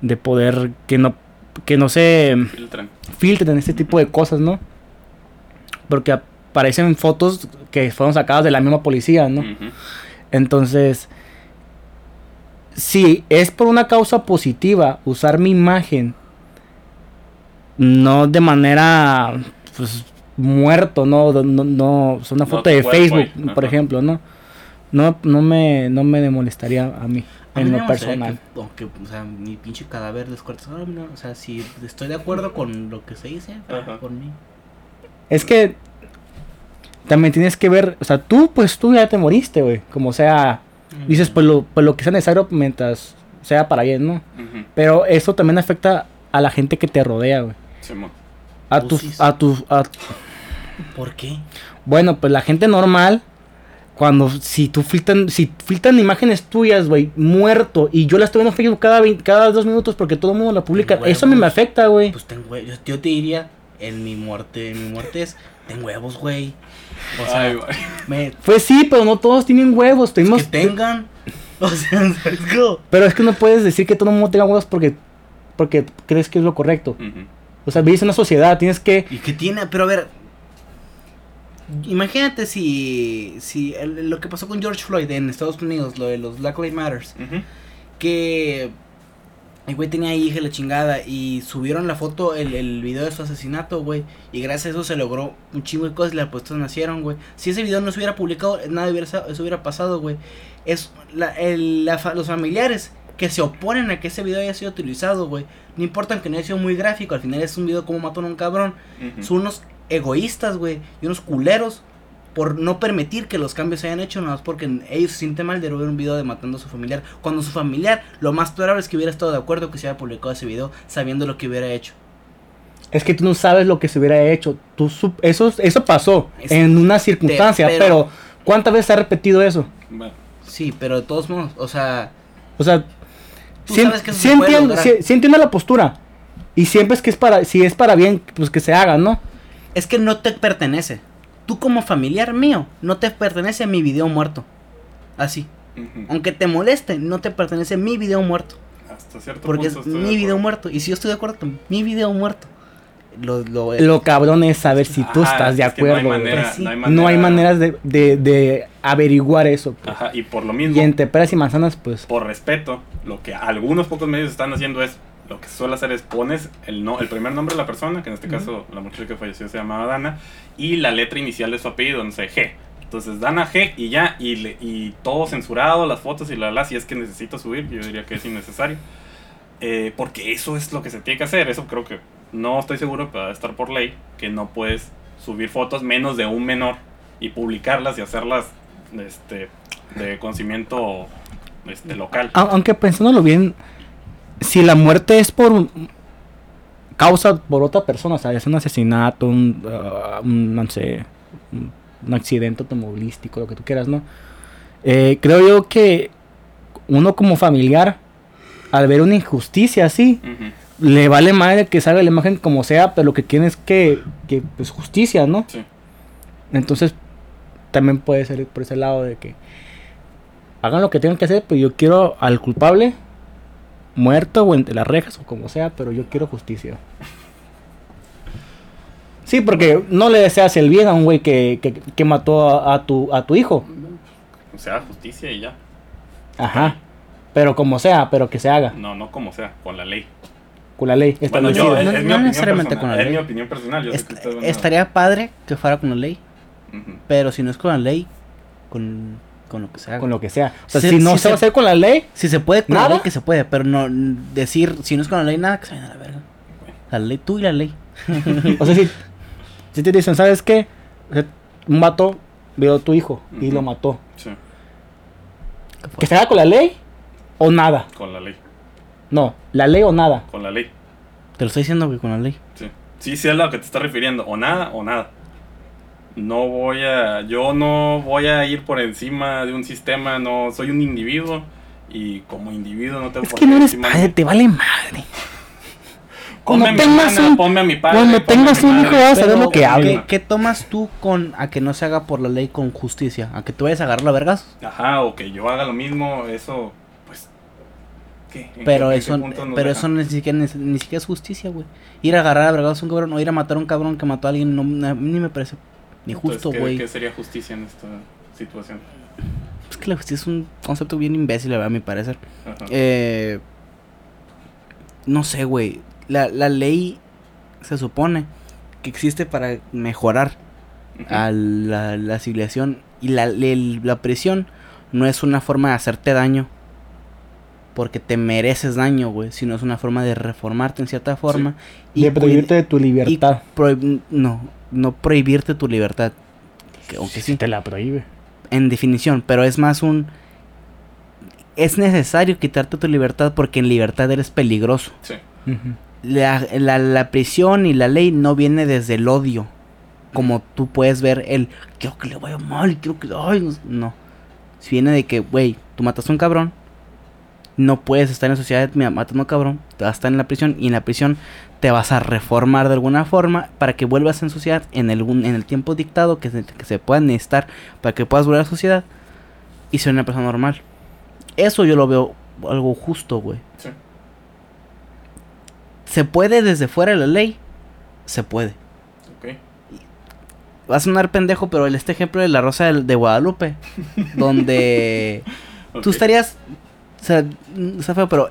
Speaker 2: de poder que no, que no se
Speaker 3: Filtran.
Speaker 2: filtren este tipo de cosas, ¿no? Porque aparecen fotos que fueron sacadas de la misma policía, ¿no?
Speaker 3: Ujú.
Speaker 2: Entonces, si es por una causa positiva usar mi imagen, no de manera, pues, muerto, no, no, no, no, o sea, una
Speaker 3: No
Speaker 2: foto
Speaker 3: tu
Speaker 2: de
Speaker 3: cuerpo
Speaker 2: Facebook,
Speaker 3: ahí,
Speaker 2: por
Speaker 3: ajá.
Speaker 2: ejemplo, ¿no? No, no me, no me molestaría a mí,
Speaker 1: A mí
Speaker 2: en
Speaker 1: no
Speaker 2: lo
Speaker 1: me gustaría
Speaker 2: personal.
Speaker 1: que- aunque, o sea, mi pinche cadáver descuartizado. a mí no, o sea, si estoy de acuerdo con lo que se dice,
Speaker 3: Ajá.
Speaker 1: por mí.
Speaker 2: Es que también tienes que ver, o sea, tú, pues, tú ya te moriste, güey, como sea,
Speaker 1: Mm,
Speaker 2: dices, pues lo, pues, lo que sea necesario mientras sea para bien, ¿no?
Speaker 3: Ujú.
Speaker 2: Pero eso también afecta a la gente que te rodea, güey.
Speaker 3: Simón.
Speaker 2: A
Speaker 1: Pues
Speaker 2: tus,
Speaker 1: sí.
Speaker 2: a tus, a-
Speaker 1: ¿Por qué?
Speaker 2: bueno, pues la gente normal, cuando, si tú filtran, si filtran imágenes tuyas, güey, muerto, y yo la estoy viendo en Facebook cada, vein- cada dos minutos porque todo el mundo la publica,
Speaker 1: Huevos.
Speaker 2: eso a mí me afecta, güey.
Speaker 1: Pues ten güey. Yo, yo te diría, en mi muerte, en mi muerte es, ten huevos, güey. O sea,
Speaker 3: Ay, güey.
Speaker 1: me,
Speaker 2: Pues sí, pero no todos tienen huevos, tuvimos,
Speaker 1: que tengan. [laughs] O sea, ¿sabes cómo?
Speaker 2: pero es que no puedes decir que todo el mundo tenga huevos porque, porque crees que es lo correcto.
Speaker 3: Ujú.
Speaker 2: O sea, vives en una sociedad, tienes que,
Speaker 1: ¿Y qué tiene? Pero a ver. Imagínate si, si el- lo que pasó con George Floyd en Estados Unidos, lo de los Black Lives Matters,
Speaker 3: Ujú.
Speaker 1: que el güey tenía hija y la chingada y subieron la foto, el, el video de su asesinato, güey, y gracias a eso se logró un chingo de cosas, las apuestas nacieron, güey. Si ese video no se hubiera publicado, nada hubiera, sa- eso hubiera pasado, güey. Es la, el- la fa- los familiares que se oponen a que ese video haya sido utilizado, güey. No importa que no haya sido muy gráfico, al final es un video como mataron a un cabrón
Speaker 3: Ujú.
Speaker 1: son unos egoístas, güey, y unos culeros por no permitir que los cambios se hayan hecho, nada más porque ellos se sienten mal de ver un video de matando a su familiar, cuando su familiar lo más probable es que hubiera estado de acuerdo que se haya publicado ese video sabiendo lo que hubiera hecho.
Speaker 2: Es que tú no sabes lo que se hubiera hecho. Tú sup- eso, eso pasó
Speaker 1: Es-
Speaker 2: en una circunstancia,
Speaker 1: pero-
Speaker 2: pero, ¿cuántas veces se ha repetido eso?
Speaker 3: Bueno,
Speaker 1: Sí, pero de todos modos, o sea,
Speaker 2: O sea,
Speaker 1: Tú
Speaker 2: sí,
Speaker 1: sabes que eso
Speaker 2: sí
Speaker 1: se puede
Speaker 2: entiendo,
Speaker 1: lograr.
Speaker 2: sí- sí entiendo la postura. Y siempre es que es para, si es para bien, pues que se haga, ¿no?
Speaker 1: es que no te pertenece. Tú como familiar mío, no te pertenece mi video muerto. Así,
Speaker 3: ujú.
Speaker 1: aunque te moleste, no te pertenece mi video muerto.
Speaker 3: Hasta cierto
Speaker 1: Porque
Speaker 3: punto
Speaker 1: es
Speaker 3: estoy de
Speaker 1: mi video
Speaker 3: acuerdo.
Speaker 1: muerto. Y si yo estoy de acuerdo, mi video muerto. Lo, lo-
Speaker 2: Lo cabrón es saber si tú
Speaker 3: Ajá,
Speaker 2: estás de
Speaker 3: Ah, es que no hay
Speaker 2: acuerdo. güey.
Speaker 3: manera,
Speaker 2: Sí.
Speaker 3: no hay
Speaker 2: No hay
Speaker 3: manera.
Speaker 2: maneras de, de- de averiguar eso. pues.
Speaker 3: Ajá, y por lo mismo,
Speaker 2: Y entre peras y manzanas, pues.
Speaker 3: por respeto, lo que algunos pocos medios están haciendo es, lo que se suele hacer es pones el, no, el primer nombre de la persona, que en este caso la muchacha que falleció se llamaba Dana, y la letra inicial de su apellido, no sé, G. Entonces Dana G y ya, y, le- y todo censurado, las fotos y la la, si es que necesito subir, yo diría que es innecesario. Eh, porque eso es lo que se tiene que hacer, eso creo que no estoy seguro, pero debe estar por ley, que no puedes subir fotos menos de un menor y publicarlas y hacerlas este, de conocimiento este, local.
Speaker 2: A- Aunque pensándolo bien, si la muerte es por un- causa por otra persona, o sea, es un asesinato, un, ah, un, no sé, un- un accidente automovilístico, lo que tú quieras, ¿no? Eh, creo yo que uno como familiar, al ver una injusticia así,
Speaker 3: Ujú,
Speaker 2: le vale madre que salga la imagen como sea, pero lo que quieren es que, que pues justicia, ¿no?
Speaker 3: sí.
Speaker 2: Entonces, también puede ser por ese lado de que hagan lo que tengan que hacer, pero yo quiero al culpable muerto o entre las rejas o como sea, pero yo quiero justicia. Sí, porque no le deseas el bien a un güey que, que, que mató a, a tu, a tu hijo.
Speaker 3: O sea, justicia y ya.
Speaker 2: Ajá. Pero como sea, pero que se haga,
Speaker 3: No, no como sea, con la ley.
Speaker 2: con la ley
Speaker 3: Bueno, yo,
Speaker 2: establecida.
Speaker 3: es,
Speaker 1: No- no
Speaker 3: es mi opinión
Speaker 1: necesariamente
Speaker 3: personal,
Speaker 1: con la
Speaker 3: es
Speaker 1: ley.
Speaker 3: mi opinión personal. Yo sé
Speaker 1: Est-
Speaker 3: que ustedes van a-
Speaker 1: estaría padre que fuera con la ley,
Speaker 3: Ujú.
Speaker 1: pero si no es con la ley, con, con lo que
Speaker 3: eh,
Speaker 1: sea.
Speaker 2: Con lo que sea. O sea,
Speaker 1: Sí,
Speaker 2: si no
Speaker 1: sí
Speaker 2: se va a
Speaker 1: se-
Speaker 2: hacer con
Speaker 1: [laughs]
Speaker 2: la ley,
Speaker 1: Si se puede con la
Speaker 2: ¿Nada?
Speaker 1: ley, que se puede, pero no n- decir, si no es con la ley, nada, que se vayan a la verga. La ley, tú y la ley.
Speaker 2: O sea, si, si te dicen, ¿sabes qué? O sea, Un vato vio a tu hijo y
Speaker 3: Ujú.
Speaker 2: lo mató.
Speaker 3: Sí,
Speaker 2: ¿Que se haga con la ley o nada?
Speaker 3: con la ley.
Speaker 2: No, la ley o nada.
Speaker 3: Con la ley.
Speaker 1: Te lo estoy diciendo que con la ley.
Speaker 3: Sí. sí, sí es lo que te está refiriendo. O nada, o nada. No voy a. Yo no voy a ir por encima de un sistema. No, soy un individuo. Y como individuo no tengo
Speaker 2: Es que no eres padre,
Speaker 3: Ponme
Speaker 2: te vale madre.
Speaker 3: a mi
Speaker 2: cuando tengas
Speaker 3: hermana,
Speaker 2: un-
Speaker 3: ponme a mi padre.
Speaker 2: cuando
Speaker 3: ponme a mi
Speaker 2: tengas un
Speaker 3: madre.
Speaker 2: hijo vas a saber lo que
Speaker 3: hablo.
Speaker 2: habla.
Speaker 1: ¿qué, qué tomas tú con a que no se haga por la ley con justicia? ¿A que tú vayas a agarrarlo a vergas?
Speaker 3: Ajá, o que yo haga lo mismo. Eso, pues. ¿Qué? ¿En
Speaker 1: Pero
Speaker 3: qué- en
Speaker 1: eso,
Speaker 3: qué punto nos
Speaker 1: pero
Speaker 3: deja?
Speaker 1: eso ni siquiera, ni, ni siquiera es justicia, güey. Ir a agarrar a vergas a un cabrón o ir a matar a un cabrón que mató a alguien, no, na- ni me parece ni
Speaker 3: Entonces,
Speaker 1: justo,
Speaker 3: ¿qué-
Speaker 1: güey.
Speaker 3: ¿Qué sería justicia en esta situación?
Speaker 1: Es que la justicia es un concepto bien imbécil, la verdad, a mi parecer.
Speaker 3: Ajá.
Speaker 1: Eh, no sé, güey. La, la ley se supone que existe para mejorar
Speaker 3: Ujú.
Speaker 1: a la, la civilización. Y la, el- la prisión no es una forma de hacerte daño. Porque te mereces daño, güey. Sino es una forma de reformarte en cierta forma.
Speaker 2: De
Speaker 1: cuid-
Speaker 2: prohibirte de tu
Speaker 1: y
Speaker 2: libertad.
Speaker 1: prohib- no, no prohibirte tu libertad. Que- aunque sí
Speaker 2: te la prohíbe.
Speaker 1: en definición, pero es más un... Es necesario quitarte tu libertad porque en libertad eres peligroso.
Speaker 3: Sí.
Speaker 2: Ujú.
Speaker 1: La, la- la prisión y la ley no viene desde el odio. Como tú puedes ver el... Quiero que le vaya mal, quiero que... Ay, no. no. Si viene de que, güey, tú mataste a un cabrón. No puedes estar en la sociedad mira, matando a un cabrón. Te vas a estar en la prisión y en la prisión te vas a reformar de alguna forma para que vuelvas en sociedad en, algún, en el tiempo dictado que se, que se pueda necesitar para que puedas volver a la sociedad y ser una persona normal. Eso yo lo veo algo justo, güey.
Speaker 3: Sí.
Speaker 1: ¿Se puede desde fuera de la ley? Se puede.
Speaker 3: Ok.
Speaker 1: Va a sonar pendejo, pero el- este ejemplo de la Rosa del- de, Guadalupe, donde tú
Speaker 3: Ok.
Speaker 1: estarías... O sea, mm, está feo, pero...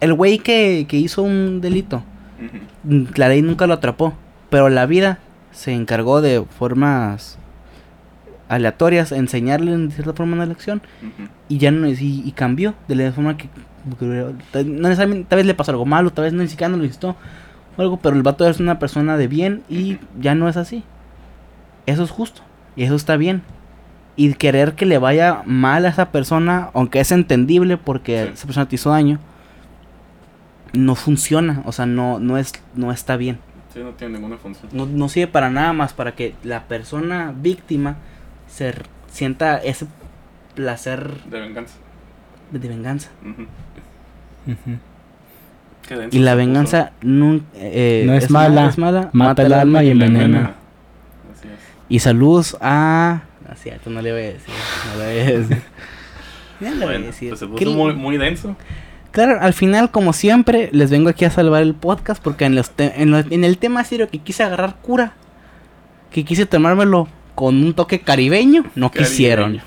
Speaker 1: El güey que, que hizo un delito,
Speaker 3: Ujú.
Speaker 1: mm, la ley nunca lo atrapó, pero la vida se encargó de formas aleatorias, enseñarle en cierta forma una lección
Speaker 3: Ujú.
Speaker 1: y ya no es- y, y cambió de la forma que, como que tal- no necesariamente tal vez le pasó algo malo tal vez no ni siquiera no lo hizo o algo pero el vato es una persona de bien y ya no es así eso es justo y eso está bien y querer que le vaya mal a esa persona aunque es entendible porque
Speaker 3: Sí.
Speaker 1: esa persona te hizo daño no funciona o sea no no es no está bien
Speaker 3: Sí, no tiene ninguna función.
Speaker 1: no, no sirve para nada más para que la persona víctima se r- sienta ese placer
Speaker 3: De venganza.
Speaker 1: de venganza
Speaker 3: Ujú.
Speaker 2: Ujú.
Speaker 3: Qué denso
Speaker 1: Y la
Speaker 3: se puso.
Speaker 1: venganza nun- eh,
Speaker 2: No es mala,
Speaker 1: es mala,
Speaker 2: mata el alma y
Speaker 3: Y la
Speaker 2: envenena.
Speaker 3: envenena. Así es.
Speaker 1: Y saludos a. No, cierto,
Speaker 2: [laughs]
Speaker 1: no le voy a decir. No le voy a decir. Ya le voy a
Speaker 3: Bueno,
Speaker 1: decir.
Speaker 3: pues se
Speaker 1: Cri-
Speaker 3: puso muy, muy denso.
Speaker 1: Claro, al final, como siempre, les vengo aquí a salvar el podcast porque en, los te- en, los- en el tema serio que quise agarrar cura, que quise tomármelo con un toque caribeño, no
Speaker 3: Caribeño.
Speaker 1: quisieron.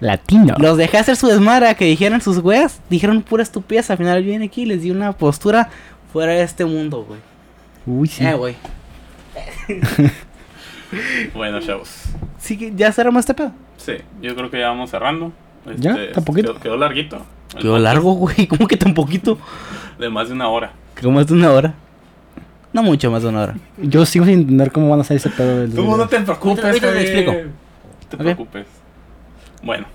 Speaker 2: Latino.
Speaker 1: Los dejé hacer su desmara, que dijeron sus weas, dijeron pura estupidez. Al final viene aquí y les di una postura fuera de este mundo, güey.
Speaker 2: Uy, sí.
Speaker 1: Eh, güey.
Speaker 3: Bueno, chavos.
Speaker 1: Sí, que ya cerramos este pedo.
Speaker 3: Sí, yo creo que ya vamos cerrando. Este,
Speaker 2: Ya, tampoquito.
Speaker 3: Quedó, quedó larguito.
Speaker 1: Quedó largo, güey. [laughs] ¿Cómo que tan poquito?
Speaker 3: De más de una hora.
Speaker 1: Que más de una hora. No mucho más de una hora.
Speaker 2: Yo sigo sin entender cómo van a hacer ese pedo del.
Speaker 3: Tú no te preocupes.
Speaker 1: Ahorita te
Speaker 3: Javier.
Speaker 1: explico.
Speaker 3: No te
Speaker 1: Ok.
Speaker 3: preocupes. Bueno,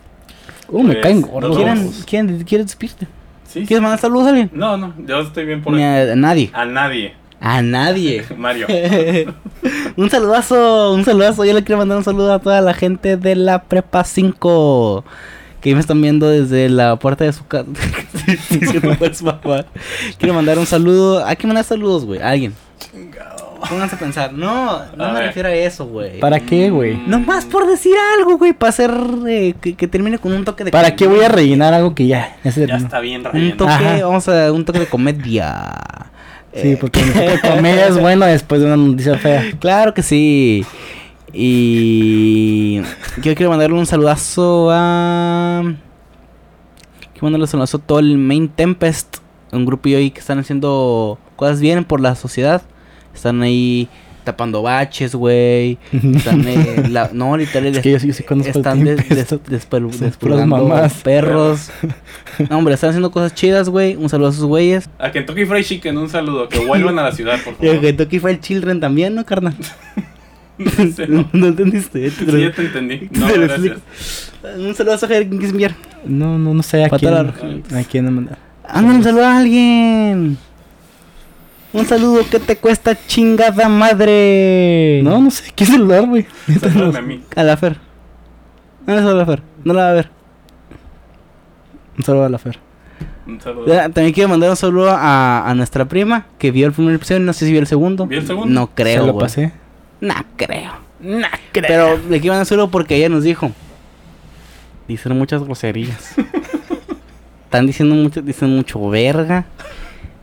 Speaker 2: Uh, me
Speaker 3: Pues,
Speaker 2: caen
Speaker 3: nos
Speaker 2: gordos.
Speaker 1: ¿Quieren,
Speaker 3: vamos.
Speaker 1: quieren, quieren despedirte?
Speaker 3: sí. sí.
Speaker 1: ¿Quieres mandar saludos a alguien?
Speaker 3: No, no, yo estoy bien por
Speaker 1: Ni
Speaker 3: ahí.
Speaker 1: a, a nadie.
Speaker 3: A nadie,
Speaker 1: A [laughs] nadie.
Speaker 3: Mario.
Speaker 1: un saludazo, un saludazo. Yo le quiero mandar un saludo a toda la gente de la Prepa 5. Que me están viendo desde la puerta de su [laughs] casa. quiero mandar un saludo. Hay que mandar saludos, güey. A alguien. Pónganse a pensar. No, no
Speaker 3: A
Speaker 1: me
Speaker 3: ver.
Speaker 1: refiero a eso, güey.
Speaker 2: ¿Para qué, güey?
Speaker 1: Nomás por decir algo, güey. Para hacer eh, que, que termine con un toque de.
Speaker 2: ¿Para qué voy a rellenar algo que ya? ya se
Speaker 3: Ya
Speaker 2: terminó?
Speaker 3: está bien
Speaker 1: Un
Speaker 3: relleno.
Speaker 1: toque,
Speaker 2: Ajá.
Speaker 1: vamos a un toque de comedia.
Speaker 2: [laughs] Sí,
Speaker 1: Eh,
Speaker 2: porque la comedia es bueno después de una
Speaker 1: [laughs]
Speaker 2: noticia fea.
Speaker 1: Claro que sí. Y yo quiero mandarle un saludazo a. Quiero mandarle un saludazo a todo el Main Tempest. Un grupillo ahí que están haciendo cosas bien por la sociedad. Están ahí tapando baches, güey. Están eh, la- No, literal.
Speaker 2: [laughs] Es que yo sí, yo sí conozco el
Speaker 1: están des-
Speaker 2: tiempo.
Speaker 1: des- despelu-
Speaker 2: puras
Speaker 1: despulgando
Speaker 2: mamás.
Speaker 1: [laughs] perros. No, hombre, están haciendo cosas chidas, güey. Un saludo a sus güeyes.
Speaker 3: A Kentucky Fried Chicken, un saludo. Que vuelvan a la ciudad, por
Speaker 1: [laughs] Y el
Speaker 3: favor.
Speaker 1: Kentucky Fried Children también, ¿no, carnal?
Speaker 3: [laughs] Sí, [laughs] no.
Speaker 1: No entendiste.
Speaker 3: Sí, ya te entendí. No,
Speaker 1: Te lo
Speaker 3: gracias.
Speaker 1: Un saludo a Javier Kingsmier.
Speaker 2: No, no, no sé a
Speaker 1: Para
Speaker 2: quién.
Speaker 1: toda
Speaker 2: A quién mandar.
Speaker 1: Ándale un saludo a alguien. Un saludo que te cuesta chingada madre.
Speaker 2: No, no sé. ¿Qué celular,
Speaker 3: [laughs]
Speaker 2: güey?
Speaker 3: Salúdame a mí.
Speaker 1: A la Fer. No le saludo a la Fer. No la va a ver.
Speaker 2: Un saludo a la Fer.
Speaker 3: Un saludo.
Speaker 1: Ya, También quiero mandar un saludo a, a nuestra prima que vio el primer episodio. No sé si vio el segundo.
Speaker 3: ¿Vio el segundo?
Speaker 1: No creo.
Speaker 2: Se lo
Speaker 1: güey. [laughs]
Speaker 2: pasé.
Speaker 1: No creo. Pero le quiero mandar un saludo porque ella nos dijo. Dicen muchas [laughs] groserías. Están diciendo mucho, dicen mucho verga.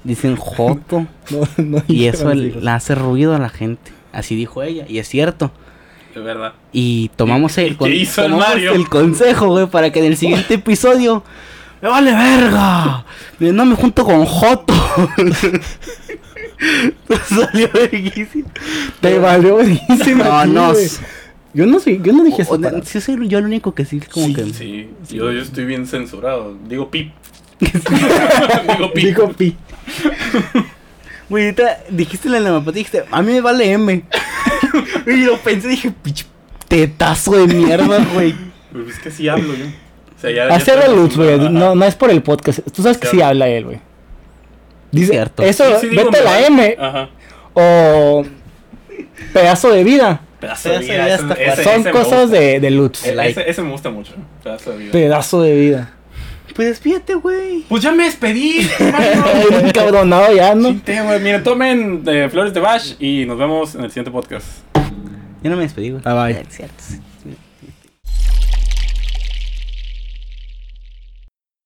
Speaker 1: Dicen
Speaker 3: [laughs]
Speaker 1: joto.
Speaker 2: No, no
Speaker 1: Y
Speaker 2: dije
Speaker 1: eso
Speaker 2: malos
Speaker 1: le
Speaker 2: hijos.
Speaker 1: le hace ruido a la gente. Así dijo ella, y es cierto.
Speaker 3: De verdad.
Speaker 1: Y tomamos
Speaker 3: ¿Y
Speaker 1: el,
Speaker 3: qué hizo el
Speaker 1: tomamos
Speaker 3: Mario?
Speaker 1: el consejo, güey, para que en el siguiente
Speaker 3: [laughs]
Speaker 1: episodio. ¡Me vale verga! [laughs] No me junto con Joto. [laughs] Salió verguísimo.
Speaker 2: Te valió buenísimo.
Speaker 1: No, no.
Speaker 2: Yo no sé, yo no dije
Speaker 1: O-
Speaker 2: eso.
Speaker 1: o- sí, soy yo el único que sí, como
Speaker 3: Sí,
Speaker 1: que.
Speaker 3: sí. Yo, yo estoy bien censurado. Digo pip. Digo pip.
Speaker 2: Dijo pi.
Speaker 1: Güey, ahorita dijiste la neumopatía, dijiste, a mí me vale M. [laughs] y lo pensé, dije, pinche tetazo de mierda, güey.
Speaker 3: Pues es que sí hablo yo. O sea, ya. ya
Speaker 2: Hacer
Speaker 3: estoy
Speaker 2: el Lutz, güey.
Speaker 3: acostumbrado.
Speaker 2: No, no es por el podcast. Tú sabes que sí
Speaker 3: Cierto.
Speaker 2: habla él, güey. Dice,
Speaker 1: Cierto.
Speaker 2: eso,
Speaker 3: Yo sí Ah. digo,
Speaker 2: vete a
Speaker 3: me
Speaker 2: la
Speaker 3: vale.
Speaker 2: M
Speaker 3: Ajá.
Speaker 2: o pedazo de vida.
Speaker 3: Pedazo
Speaker 1: Pedazo de
Speaker 3: de vida.
Speaker 1: vida
Speaker 3: ese-
Speaker 1: hasta
Speaker 3: ese-
Speaker 2: Son
Speaker 3: ese me
Speaker 2: cosas
Speaker 3: gusta.
Speaker 2: de, de Lutz.
Speaker 3: E-
Speaker 1: like.
Speaker 3: Ese, ese me gusta mucho. Pedazo de vida.
Speaker 2: Pedazo de
Speaker 1: [laughs]
Speaker 2: vida.
Speaker 1: Pues despídete, güey.
Speaker 3: Pues ya
Speaker 2: [laughs]
Speaker 3: me despedí.
Speaker 2: Ay, Cabronado ya, ¿no?
Speaker 3: Sin tema. Miren, tomen eh, flores de Bash y nos vemos en el siguiente podcast.
Speaker 1: Yo no me despedí, güey.
Speaker 2: Ah, Bye, bye.
Speaker 1: Es cierto.